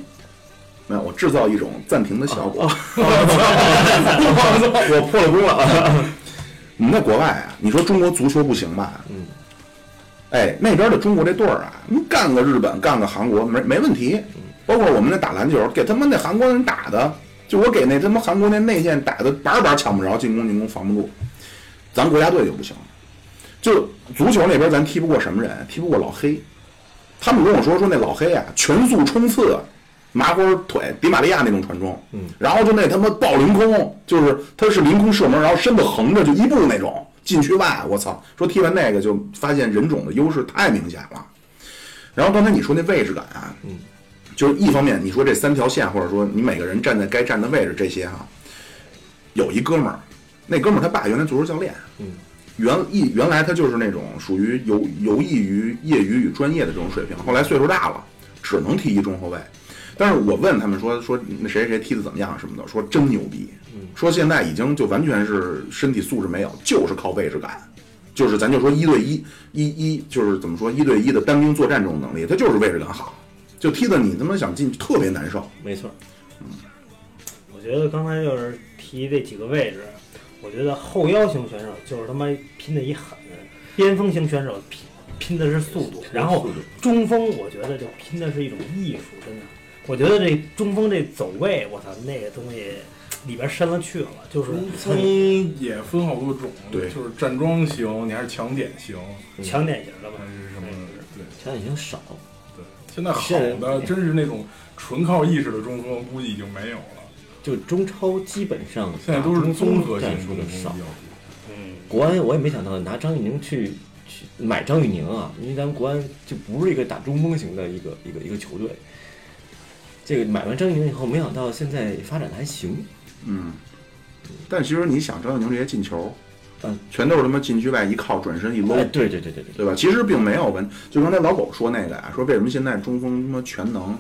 [SPEAKER 2] 没有我制造一种暂停的效果。
[SPEAKER 1] 我破了功了。
[SPEAKER 2] 我们在国外啊，你说中国足球不行吧？嗯，哎，那边的中国这队儿啊，你干个日本，干个韩国没没问题。包括我们那打篮球，给他们那韩国人打的，就我给那他妈韩国那内线打的，板板抢不着，进攻进攻防不住。咱国家队就不行，就足球那边咱踢不过什么人，踢不过老黑。他们跟我说说那老黑啊，全速冲刺，麻花腿，迪玛利亚那种传中，嗯，然后就那他妈爆凌空，就是他是凌空射门，然后身子横着就一步那种禁区外，我操！说踢完那个就发现人种的优势太明显了。然后刚才你说那位置感啊，嗯，就是一方面你说这三条线，或者说你每个人站在该站的位置这些哈、有一哥们儿，那哥们儿他爸原来足球教练，嗯，原一原来他就是那种属于游游弋于业余与专业的这种水平，后来岁数大了，只能踢一中后卫。但是我问他们说说那谁谁踢的怎么样什么的，说真牛逼，
[SPEAKER 1] 嗯
[SPEAKER 2] 说现在已经就完全是身体素质没有，就是靠位置感，就是咱就说一对一一一就是怎么说一对一的单兵作战这种能力，他就是位置感好，就踢的你他妈想进去特别难受。
[SPEAKER 1] 没错，
[SPEAKER 3] 我觉得刚才就是提这几个位置，我觉得后腰型选手就是他妈拼的一狠，边锋型选手拼拼的是速度，然后中锋我觉得就拼的是一种艺术，真的。我觉得这中锋这走位，我操，那个东西里边深了去了，就是
[SPEAKER 4] 中锋也分好多种，
[SPEAKER 2] 对
[SPEAKER 4] 就是站桩型，你还是抢点型，
[SPEAKER 3] 强点型的吧
[SPEAKER 4] 还。是什么？对
[SPEAKER 1] 现在已经少，
[SPEAKER 4] 对，现在好的真是那种纯靠意识的中锋，估计已经没有了。
[SPEAKER 1] 就中超基本上
[SPEAKER 4] 现在都是
[SPEAKER 1] 打中
[SPEAKER 4] 综
[SPEAKER 1] 锋
[SPEAKER 4] 合性
[SPEAKER 1] 战
[SPEAKER 4] 中
[SPEAKER 1] 术
[SPEAKER 4] 锋
[SPEAKER 1] 的
[SPEAKER 4] 比较
[SPEAKER 1] 少。
[SPEAKER 4] 多。
[SPEAKER 3] 嗯，
[SPEAKER 1] 国安我也没想到拿张玉宁去去买张玉宁啊，因为咱们国安就不是一个打中锋型的一个一个一个球队。这个买完张玉宁以后，没想到现在发展的还行。
[SPEAKER 2] 嗯，但其实你想张小宁这些进球，
[SPEAKER 1] 嗯，
[SPEAKER 2] 全都是他妈禁区外一靠转身一搂
[SPEAKER 1] 哎，，对对对对对，
[SPEAKER 2] 对吧？其实并没有完，就刚才老狗说那个呀，说为什么现在中锋他妈全能，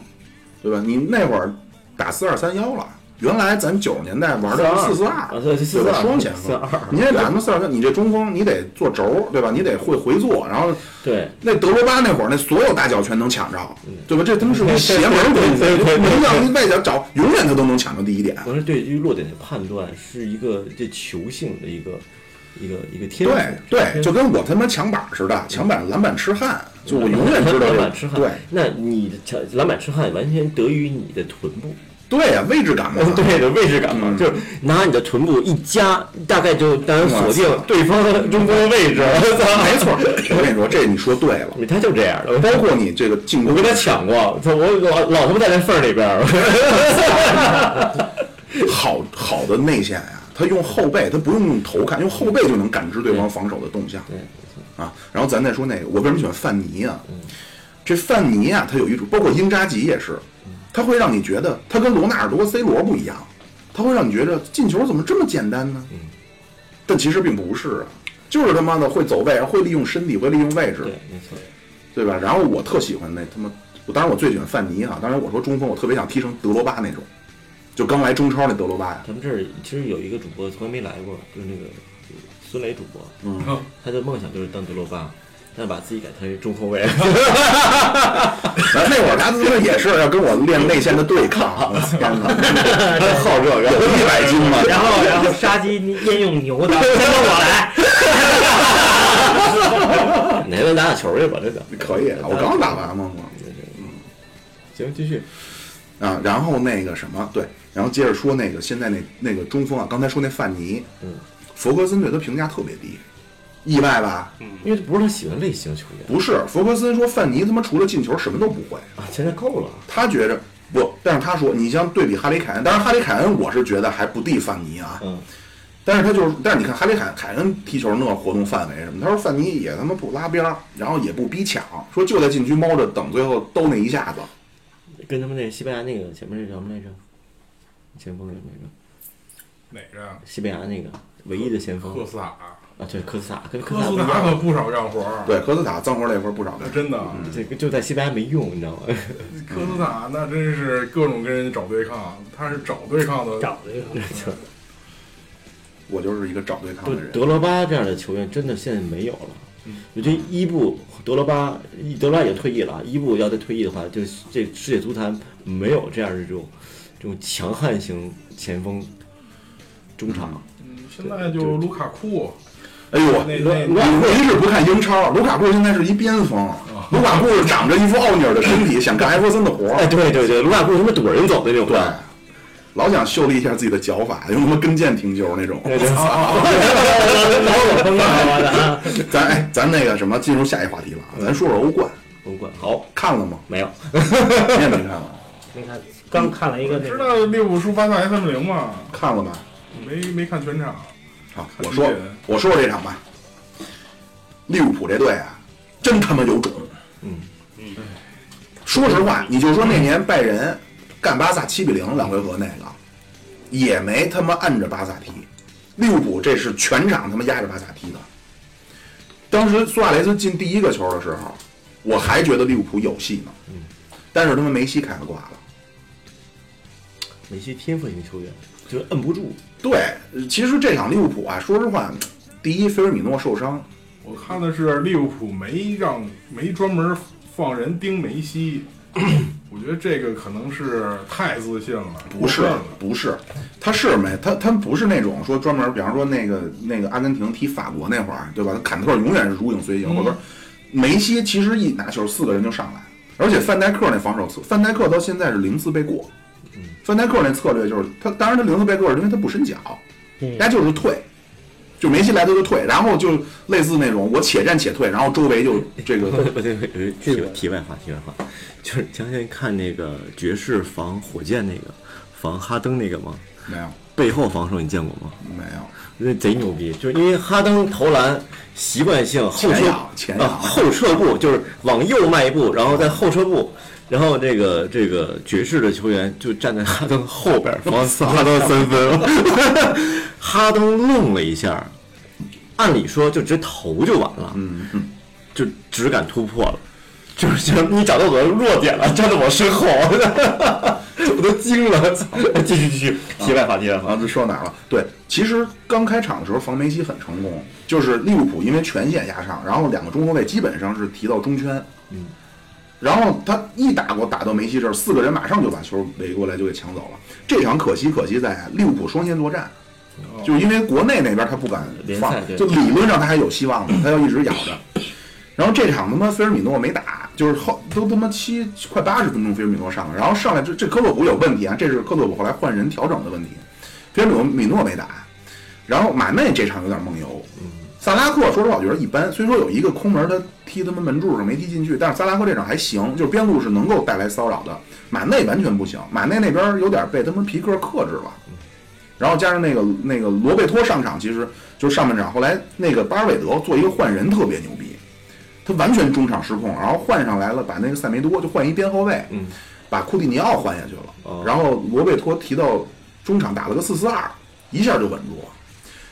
[SPEAKER 2] 对吧？你那会儿打四二三幺了，原来咱九十年代玩的是四四
[SPEAKER 1] 啊
[SPEAKER 2] 二，
[SPEAKER 1] 对是
[SPEAKER 2] 对吧？
[SPEAKER 1] 442
[SPEAKER 2] 双前锋
[SPEAKER 1] 442，
[SPEAKER 2] 你也打他妈四二三，你这中锋你得做轴，对吧？你得会回做，然后
[SPEAKER 1] 对
[SPEAKER 2] 那德罗巴那会儿，那所有大脚全能抢着，对吧？这他妈是不是邪门规
[SPEAKER 1] 嗯对对对对
[SPEAKER 2] 矩？
[SPEAKER 1] 对
[SPEAKER 2] 门将外脚找，永远他都能抢着第一点。
[SPEAKER 1] 我是对于落点的判断是一个这球性的一个一个一个天赋
[SPEAKER 2] 对。对，
[SPEAKER 1] 天赋
[SPEAKER 2] 就跟我他妈抢板似的，抢板篮板痴汉，就我永远知道这
[SPEAKER 1] 篮
[SPEAKER 2] 个
[SPEAKER 1] 板痴汉，
[SPEAKER 2] 对
[SPEAKER 1] 那你的抢篮板痴汉完全得益于你的臀部，
[SPEAKER 2] 对呀，位置感嘛。
[SPEAKER 1] 对的位置感嘛，
[SPEAKER 2] 嗯
[SPEAKER 1] 就是拿你的臀部一夹，大概就当然锁定
[SPEAKER 2] 我操
[SPEAKER 1] 对方的中锋的位置。
[SPEAKER 2] 没错，我跟你说，这你说对了。
[SPEAKER 1] 他就这样的，
[SPEAKER 2] 包括你这个进
[SPEAKER 1] 我
[SPEAKER 2] 攻，
[SPEAKER 1] 跟他抢过，他我老老他妈在那缝儿里边 儿，
[SPEAKER 2] 好好的内线呀、他用后背，他不用用头看，用后背就能感知对方防守的动向。啊，然后咱再说那个，我为什么喜欢范尼啊？
[SPEAKER 1] 嗯
[SPEAKER 2] 这范尼啊，他有一种，包括英扎吉也是，
[SPEAKER 1] 嗯
[SPEAKER 2] 他会让你觉得他跟罗纳尔多、C 罗不一样，他会让你觉得进球怎么这么简单呢？
[SPEAKER 1] 嗯
[SPEAKER 2] 但其实并不是啊，就是他妈的会走位，会利用身体，会利用位置。
[SPEAKER 1] 对，没错，
[SPEAKER 2] 对吧？然后我特喜欢那他妈，我当然我最喜欢范尼啊，当然我说中锋，我特别想踢成德罗巴那种，就刚来中超那德罗巴呀，
[SPEAKER 1] 咱们这儿其实有一个嗯主播从来没来过，就是那个孙磊主播，他的梦想就是当德罗巴，但是把自己改成一中后 卫，
[SPEAKER 2] 然后那会儿他他妈也是要跟我练内线的对抗， 我天哪，
[SPEAKER 1] 他好这个，
[SPEAKER 2] 一百斤嘛，
[SPEAKER 3] 然后然后杀鸡焉用牛的，先由 我来。
[SPEAKER 1] 哪天打打球去吧，这个
[SPEAKER 2] 可以，啊我刚打完嘛，我。
[SPEAKER 1] 行，继续。
[SPEAKER 2] 啊，然后那个什么，对，然后接着说那个现在那那个中锋啊，刚才说那范尼，嗯，弗格森对他评价特别低，意外吧？
[SPEAKER 3] 嗯
[SPEAKER 1] 因为这不是他喜欢类型球员
[SPEAKER 2] 不是，弗格森说范尼他妈除了进球什么都不会，
[SPEAKER 1] 啊，现在够了，
[SPEAKER 2] 他觉着不，但是他说你像对比哈里凯恩，当然哈里凯恩我是觉得还不敌范尼啊，
[SPEAKER 1] 嗯，
[SPEAKER 2] 但是他就是，但是你看哈里凯凯恩踢球那活动范围什么，他说范尼也他妈不拉边儿，然后也不逼抢，说就在禁区猫着等最后兜那一下子，
[SPEAKER 1] 跟他们那西班牙那个前面那叫什么来着？前锋是哪个？
[SPEAKER 4] 哪个呀？
[SPEAKER 1] 西班牙那个唯一的前锋
[SPEAKER 4] 科斯塔，
[SPEAKER 1] 啊，对，科斯塔，跟科
[SPEAKER 4] 科
[SPEAKER 1] 斯
[SPEAKER 4] 斯
[SPEAKER 1] 塔不
[SPEAKER 4] 塔可
[SPEAKER 1] 一
[SPEAKER 4] 不少干活儿，
[SPEAKER 2] 对，科斯塔脏活累活不少
[SPEAKER 4] 那真的，啊
[SPEAKER 1] 样，这个就在西班牙没用，你知道吗？
[SPEAKER 4] 科斯塔那真是各种跟人找对抗，他是找对抗的，
[SPEAKER 3] 找这个，
[SPEAKER 2] 我就是一个找对抗
[SPEAKER 1] 不
[SPEAKER 2] 的，人。
[SPEAKER 1] 德罗巴这样的球员真的现在没有了。
[SPEAKER 4] 嗯
[SPEAKER 1] 我觉得伊布、德罗巴、德罗巴也退役了啊，伊布要再退役的话，就这世界足坛没有这样的这种这种强悍型前锋中场。
[SPEAKER 4] 嗯现在就卢卡库，
[SPEAKER 2] 哎呦，
[SPEAKER 4] 那
[SPEAKER 2] 卢
[SPEAKER 4] 那
[SPEAKER 2] 卢卡库一直不看英超，啊卢卡库现在是一边锋，啊卢卡库长着一副奥尼尔的 身体，想干艾弗森的活
[SPEAKER 1] 啊哎，
[SPEAKER 2] 儿，
[SPEAKER 1] 对对对，卢卡库他妈躲人走的那种。啊
[SPEAKER 2] 对，老想秀了一下自己的脚法，用他妈跟腱停球那种。
[SPEAKER 1] 对对啊对
[SPEAKER 4] 嗯
[SPEAKER 3] 老有风格的啊。
[SPEAKER 2] 咱哎，咱那个什么，进入下一话题了啊，咱说说欧冠，
[SPEAKER 1] 欧冠好？
[SPEAKER 2] 看了吗
[SPEAKER 1] 没有？
[SPEAKER 2] 你也没看啊了，
[SPEAKER 3] 你看，刚看了一个那
[SPEAKER 4] 知
[SPEAKER 3] 个，
[SPEAKER 4] 道利物浦输巴萨 S 零吗？
[SPEAKER 2] 看了吧？
[SPEAKER 4] 没没看全场，
[SPEAKER 2] 好，啊我说我说说这场吧，利物浦这队啊，真他妈有种。
[SPEAKER 1] 嗯
[SPEAKER 2] 说实话，你就说那年拜仁干巴萨七比零两回合那个，也没他妈按着巴萨踢，利物浦这是全场他妈压着巴萨踢的。当时苏亚雷斯进第一个球的时候，我还觉得利物浦有戏呢，但是他妈梅西开了挂了。
[SPEAKER 1] 梅西天赋型球员就是摁不住，
[SPEAKER 2] 对，其实这场利物浦啊，说实话，第一菲尔米诺受伤，
[SPEAKER 4] 我看的是利物浦没让没专门放人盯 梅西，我觉得这个可能是太自信了，
[SPEAKER 2] 不是
[SPEAKER 4] 过分了
[SPEAKER 2] 不是，他是没他他不是那种说专门，比方说那个那个阿根廷踢法国那会儿，对吧？坎特永远是如影随形，或者说梅西其实一拿球四个人就上来，而且范戴克那防守策，范戴克到现在是零次被过，范戴克那策略就是他，当然他零次被过是因为他不伸脚，
[SPEAKER 3] 嗯
[SPEAKER 2] 人家就是退。就梅西来他就退，然后就类似那种我且战且退，然后周围就这 个
[SPEAKER 1] 不对，有一题题外话，题外话，就是前两天看那个爵士防火箭那个防哈登那个吗？
[SPEAKER 2] 没有
[SPEAKER 1] 背后防守你见过吗？
[SPEAKER 2] 没有，
[SPEAKER 1] 那贼牛逼，就是因为哈登投篮习惯性后
[SPEAKER 2] 前
[SPEAKER 1] 撤
[SPEAKER 2] 仰前仰
[SPEAKER 1] 啊后撤步，就是往右迈一步，然后再后撤步，然后这个这个爵士的球员就站在哈登后边防哈登三分， 哈登愣了一下，按理说就直接投就完了，嗯嗯，就只敢突破了。就是就是你找到我的弱点了，站在我身后， 我都惊了。 操继续继续，题外话题外话
[SPEAKER 2] 啊，，这说到哪儿了？对，其实刚开场的时候防梅西很成功，就是利物浦因为全线压上，然后两个中后卫基本上是提到中圈，嗯，然后他一打过打到梅西这儿，四个人马上就把球围过来就给抢走了。这场可惜可惜在利物浦双线作战，就是因为国内那边他不敢
[SPEAKER 1] 哦联
[SPEAKER 2] 放
[SPEAKER 1] 赛，对
[SPEAKER 2] 就理论上他还有希望的，他要一直咬 着。然后这场他妈菲尔米诺没打，就是后都他妈七快八十分钟菲尔米诺上了，然后上来这这科洛普有问题啊，这是科洛普后来换人调整的问题，菲尔米诺米诺没打，然后马内这场有点梦游，萨拉赫说实话我觉得一般，虽说有一个空门他踢他妈门柱上没踢进去，但是萨拉赫这场还行，就是边路是能够带来骚扰的，马内完全不行，马内那边有点被他们皮克克制了。然后加上那个那个罗贝托上场，其实就是上半场。后来那个巴尔韦德做一个换人特别牛逼，他完全中场失控，然后换上来了，把那个塞梅多就换一边后卫，
[SPEAKER 1] 嗯，
[SPEAKER 2] 把库蒂尼奥换下去
[SPEAKER 1] 哦
[SPEAKER 2] 了，然后罗贝托提到中场打了个四四二，一下就稳住了。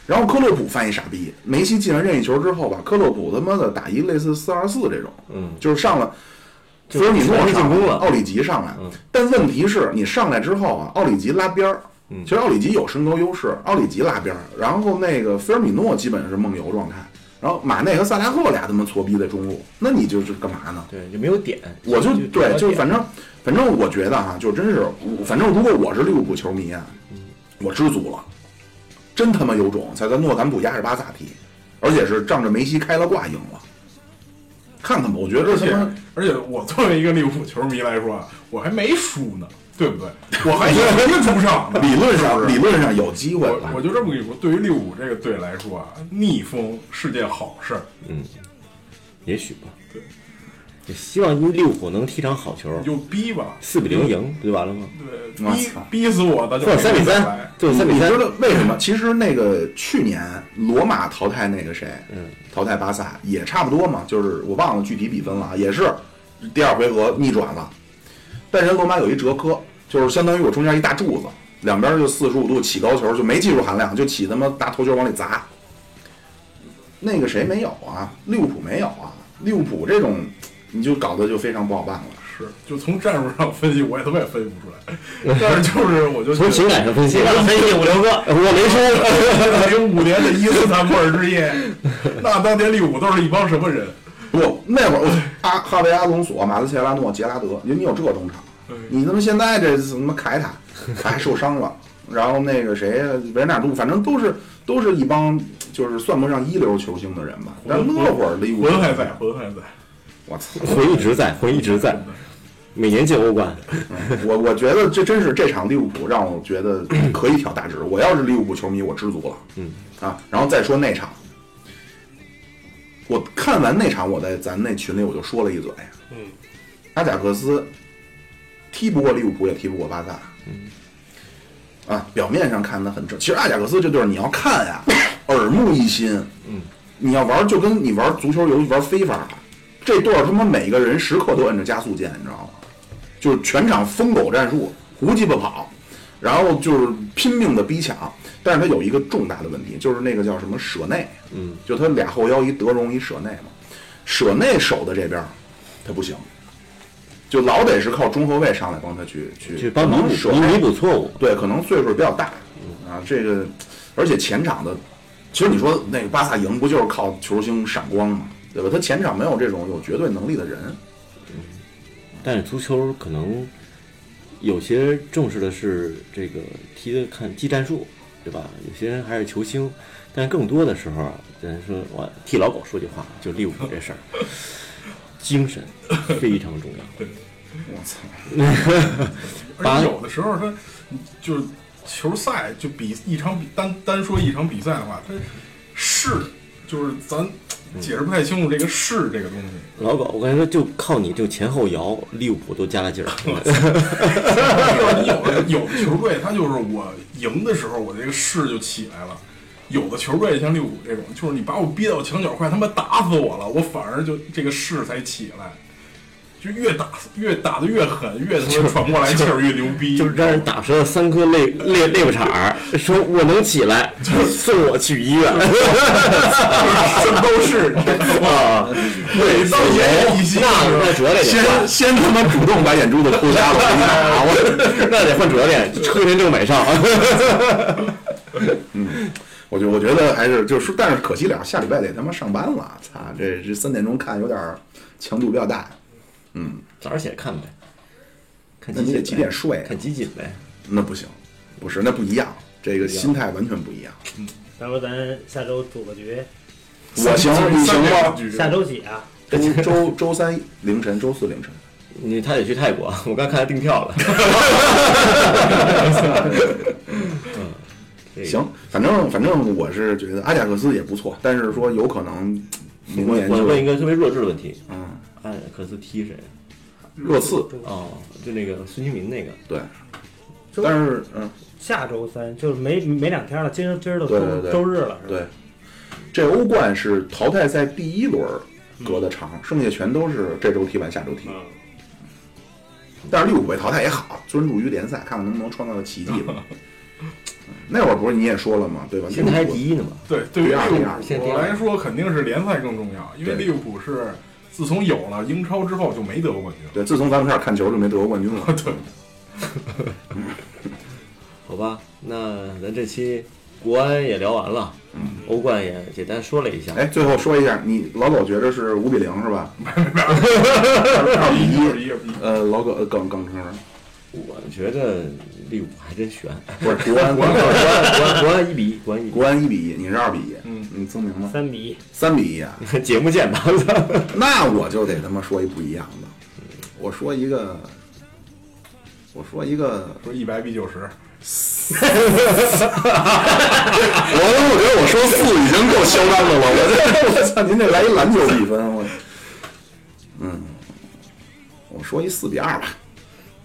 [SPEAKER 2] 然后科洛普犯一傻逼，梅西进完任意球之后吧，科洛普他妈的打一类似四二四这种，
[SPEAKER 1] 嗯
[SPEAKER 2] 就是上了。
[SPEAKER 1] 就
[SPEAKER 2] 菲尔米
[SPEAKER 1] 全
[SPEAKER 2] 诺上
[SPEAKER 1] 是进攻了嗯
[SPEAKER 2] 奥里吉上来，但问题是你上来之后啊，奥里吉拉边儿，
[SPEAKER 1] 嗯
[SPEAKER 2] 其实奥里吉有身高优势，奥里吉拉边儿，然后那个菲尔米诺基本是梦游状态，然后马内和萨拉赫俩他妈搓逼在中路，那你就是干嘛呢？
[SPEAKER 1] 对，就没有点，
[SPEAKER 2] 我就对，
[SPEAKER 1] 找
[SPEAKER 2] 就
[SPEAKER 1] 点
[SPEAKER 2] 反正反正我觉得哈、就真是，反正如果我是利物浦球迷啊，我知足了，真他妈有种，才在诺坎普压着巴萨踢，而且是仗着梅西开了挂赢了。看看吧，我觉得
[SPEAKER 4] 而
[SPEAKER 2] 他
[SPEAKER 4] 且
[SPEAKER 2] 妈
[SPEAKER 4] 而且，我作为一个利物浦球迷来说啊，我还没输呢，对 不对？我还有一个主场呢。
[SPEAKER 2] 理论
[SPEAKER 4] 是
[SPEAKER 2] 上
[SPEAKER 4] 不是
[SPEAKER 2] 理论上有机会吧
[SPEAKER 4] 我我就这么跟你说，对于利物浦这个队来说啊，逆风是件好事儿。
[SPEAKER 1] 也许吧。对，也希望利物浦能踢场好球，
[SPEAKER 4] 你就逼吧，
[SPEAKER 1] 四比零赢不就完了吗？
[SPEAKER 4] 对，
[SPEAKER 2] 我
[SPEAKER 4] 逼
[SPEAKER 2] 操
[SPEAKER 4] 逼死我的就
[SPEAKER 1] 或者三比
[SPEAKER 4] 没来
[SPEAKER 1] 三，就是三比
[SPEAKER 2] 你
[SPEAKER 1] 三
[SPEAKER 2] 知。道为什么？其实那个去年罗马淘汰那个谁，
[SPEAKER 1] 嗯，
[SPEAKER 2] 淘汰巴萨也差不多嘛，就是我忘了具体比分了啊，也是第二回合逆转了。但人罗马有一哲科，就是相当于我中间一大柱子，两边就四十五度起高球，就没技术含量，就起他妈大头球往里砸。那个谁没有啊？利物浦没有啊？利物浦这种你就搞得就非常不好办了。
[SPEAKER 4] 是，就从战术上分析，我也他妈也分析不 出来。但是就是，我就觉
[SPEAKER 1] 从
[SPEAKER 4] 得
[SPEAKER 1] 情感上分析，分析五六 个，我没输。
[SPEAKER 4] 零五年的伊斯坦布尔之夜，那当年利物浦都是一帮什么人？
[SPEAKER 2] 不，那会儿阿、哈维、阿隆索、马斯切拉诺、杰拉德，你你有这中场
[SPEAKER 4] 嗯？
[SPEAKER 2] 你他妈现在这什么凯塔还受伤了，然后那个谁维纳杜，反正都是都是一帮就是算不上一流球星的人吧。但那会儿利物浦
[SPEAKER 4] 魂还在，，魂还在。
[SPEAKER 2] 我操！
[SPEAKER 1] 魂一直在，魂一直在，每年进欧冠。
[SPEAKER 2] 我我觉得这真是这场利物浦让我觉得可以挑大指。我要是利物浦球迷，我知足了。
[SPEAKER 1] 嗯
[SPEAKER 2] 啊，然后再说那场，我看完那场，我在咱那群里我就说了一嘴。
[SPEAKER 3] 嗯，
[SPEAKER 2] 阿贾克斯踢不过利物浦，也踢不过巴萨。嗯，啊，表面上看他很正，其实阿贾克斯这队儿你要看呀，耳目一新。嗯，你要玩儿就跟你玩儿足球游戏玩非法，这队儿他妈每个人时刻都摁着加速键，你知道吗？就是全场疯狗战术，胡鸡巴跑，然后就是拼命的逼抢。但是他有一个重大的问题，就是那个叫什么舍内，嗯，就他俩后腰一德容一舍内嘛，舍内守的这边儿他不行，就老得是靠中后卫上来帮他去去
[SPEAKER 1] 去帮弥
[SPEAKER 2] 可能舍
[SPEAKER 1] 补
[SPEAKER 2] 内
[SPEAKER 1] 弥补错误。
[SPEAKER 2] 对，可能岁数比较大啊，这个，而且前场的，其实你说那个巴萨赢不就是靠球星闪光嘛，对吧？他前场没有这种有绝对能力的人，
[SPEAKER 1] 但是足球可能有些重视的是这个踢的看技战术，对吧？有些人还是球星，但更多的时候啊，咱说我替老狗说句话，就利物浦这事儿，精神非常重要。
[SPEAKER 2] 我操，
[SPEAKER 4] 而且有的时候他就是球赛，就比一场比单单说一场比赛的话，他是就是咱解释不太清楚这个是这个东西。
[SPEAKER 1] 老狗，我感觉就靠你就前后摇，利物浦都加了劲儿。
[SPEAKER 4] 就是你有的有的球队，他就是我赢的时候，我这个势就起来了。有的球队像利物浦这种，就是你把我逼到墙角，快他妈打死我了，我反而就这个势才起来，就越打越打的越狠，越他妈喘不过来气儿，越牛逼。
[SPEAKER 1] 就是让人打折了三颗肋肋肋骨茬儿，说我能起来， 送我去医 院。
[SPEAKER 4] 什么都是，
[SPEAKER 1] 啊，哎
[SPEAKER 4] 每到眼底细，
[SPEAKER 1] 那那主要得
[SPEAKER 2] 先先他妈主动把眼珠子抠瞎了，我一打我。
[SPEAKER 1] 啊那得换主教练，车田正美上。
[SPEAKER 2] 我就我觉得还是就是，但是可惜了，下礼拜得他妈上班了，操，这这三点钟看有点儿强度比较大，
[SPEAKER 1] 早上起来看呗，看
[SPEAKER 2] 那你得几点睡啊？
[SPEAKER 1] 看集锦呗。
[SPEAKER 2] 那不行，不是那不一样，这个心态完全不一样。
[SPEAKER 3] 要不咱下周组个局，
[SPEAKER 2] 我行，你行吗？
[SPEAKER 3] 下周几啊？
[SPEAKER 2] 周周周三凌晨，周四凌晨。
[SPEAKER 1] 你他得去泰国，我刚看他订票 了。嗯，
[SPEAKER 2] 行，反正反正我是觉得阿贾克斯也不错，但是说有可能明
[SPEAKER 1] 我
[SPEAKER 2] 年
[SPEAKER 1] 我
[SPEAKER 2] 就
[SPEAKER 1] 问一个特别弱智的问题，哎
[SPEAKER 2] 嗯
[SPEAKER 1] 阿贾克斯踢谁？啊
[SPEAKER 2] 热刺
[SPEAKER 1] 哦，就那个孙兴民那个。
[SPEAKER 2] 对，
[SPEAKER 3] 周
[SPEAKER 2] 但是嗯
[SPEAKER 3] 下周三就是没没两天了，今儿今儿都
[SPEAKER 2] 对对
[SPEAKER 3] 周
[SPEAKER 2] 对
[SPEAKER 3] 周日了，是吧？
[SPEAKER 2] 对，这欧冠是淘汰赛第一轮隔的长，剩下全都是这周踢完下周踢。
[SPEAKER 3] 嗯
[SPEAKER 2] 但是利物浦被淘汰也好，专注于联赛，看看能不能创造奇迹吧。嗯那会儿不是你也说了啊吗？对吧？
[SPEAKER 1] 现在还
[SPEAKER 2] 利
[SPEAKER 1] 第
[SPEAKER 2] 物浦
[SPEAKER 1] 一呢嘛？
[SPEAKER 4] 对，对于
[SPEAKER 2] 第二
[SPEAKER 4] 利
[SPEAKER 2] 第二
[SPEAKER 1] 现
[SPEAKER 4] 物
[SPEAKER 1] 在
[SPEAKER 4] 浦
[SPEAKER 1] 第二
[SPEAKER 4] 来说，肯定是联赛更重要，因为
[SPEAKER 2] 对
[SPEAKER 4] 利物浦是自从有了英超之后就没得过冠军。
[SPEAKER 2] 对，自从咱们开始看球就没得过冠军了。
[SPEAKER 4] 对，
[SPEAKER 1] 好吧，那咱这期国安也聊完了，欧冠也简单说了一下。
[SPEAKER 2] 嗯哎，最后说一下，你老狗觉得是五比零是吧？二比
[SPEAKER 4] 一
[SPEAKER 2] 一。
[SPEAKER 4] 比一比一，
[SPEAKER 2] 呃，老狗呃耿耿成人
[SPEAKER 1] 我觉得利物浦还真悬，
[SPEAKER 2] 不是国安，国
[SPEAKER 1] 国安
[SPEAKER 2] 安
[SPEAKER 1] 国安国安一比一，国安一比
[SPEAKER 2] 国安一比一，你是二比一，
[SPEAKER 4] 嗯，
[SPEAKER 2] 你增明了
[SPEAKER 3] 三比一，
[SPEAKER 2] 三比一啊？
[SPEAKER 1] 一， 节目见吧。
[SPEAKER 2] 那我就得他妈说一不一样的，我说一个，我说一个，
[SPEAKER 4] 说一百比九十，
[SPEAKER 2] 我我觉得我说四已经够嚣张的了，我这 我操，您得来一篮球比分，我，嗯，我说一四比二吧，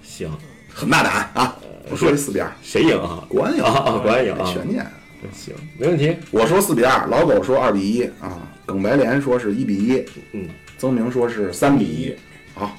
[SPEAKER 1] 行，
[SPEAKER 2] 很大胆啊，我说一四比二，
[SPEAKER 1] 谁赢啊？
[SPEAKER 2] 国安赢
[SPEAKER 1] 啊啊，国安赢啊，
[SPEAKER 2] 悬念。
[SPEAKER 1] 行，没问题。
[SPEAKER 2] 我说四比二，老狗说二比一啊，耿白莲说是一比一，
[SPEAKER 1] 嗯，
[SPEAKER 2] 曾明说是三比一
[SPEAKER 4] 一，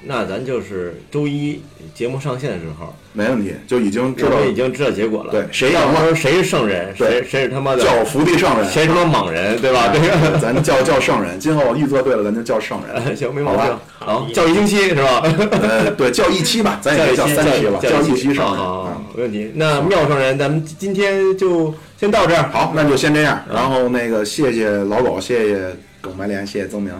[SPEAKER 1] 那咱就是周一节目上线的时候，
[SPEAKER 2] 没问题，就已经知
[SPEAKER 1] 我
[SPEAKER 2] 道
[SPEAKER 1] 们已经知道结果了。
[SPEAKER 2] 对谁赢
[SPEAKER 1] 到
[SPEAKER 2] 了
[SPEAKER 1] 时候谁是圣人，
[SPEAKER 2] 对
[SPEAKER 1] 谁谁是他妈的，
[SPEAKER 2] 叫伏地圣人，
[SPEAKER 1] 谁他妈莽人，对吧？这
[SPEAKER 2] 对
[SPEAKER 1] 个
[SPEAKER 2] 咱叫叫圣人，今后预测对了，咱就叫圣 人。
[SPEAKER 1] 行，没毛病。
[SPEAKER 3] 好
[SPEAKER 1] 好，叫一星期是吧？
[SPEAKER 2] 呃，对，叫一期 吧，咱也别
[SPEAKER 1] 一
[SPEAKER 2] 哎叫
[SPEAKER 1] 期
[SPEAKER 2] 三期了，
[SPEAKER 1] 叫
[SPEAKER 2] 叫一期圣
[SPEAKER 1] 好
[SPEAKER 2] 人。
[SPEAKER 1] 好，好
[SPEAKER 2] 嗯
[SPEAKER 1] 啊没问题。那妙圣人，咱们今天就先到这儿。
[SPEAKER 2] 好，那就先这样。然后那个，谢谢老狗，谢谢耿白莲，谢谢曾明。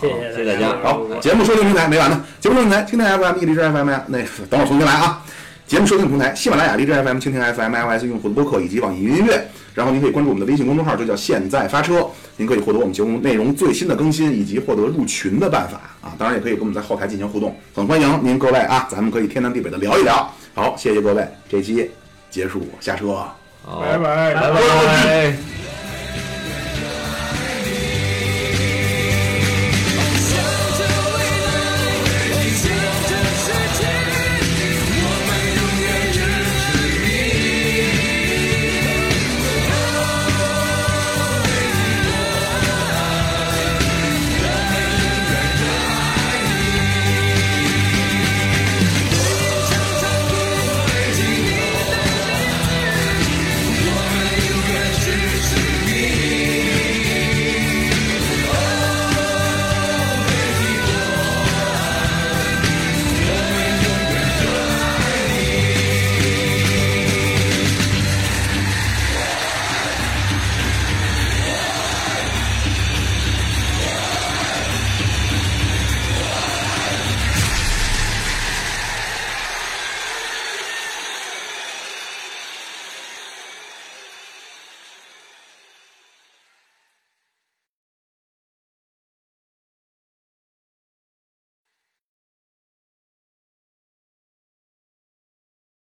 [SPEAKER 3] 谢
[SPEAKER 1] 好
[SPEAKER 3] 谢
[SPEAKER 1] 谢谢大家
[SPEAKER 2] 好
[SPEAKER 3] 我，
[SPEAKER 2] 节目收听平台没完呢，节目收听平台蜻蜓 FM、荔枝 FM 呀，那等会儿重新来啊。节目收听平台：喜马拉雅、荔枝 FM、蜻蜓 FM、iOS 用户的播客以及网易云音乐。然后您可以关注我们的微信公众号，就叫“现在发车”，您可以获得我们节目内容最新的更新以及获得入群的办法啊。当然也可以跟我们在后台进行互动，很欢迎您各位啊，咱们可以天南地北的聊一聊。好，谢谢各位，这期结束，下车啊。
[SPEAKER 1] 好
[SPEAKER 4] 拜拜。
[SPEAKER 1] 拜拜。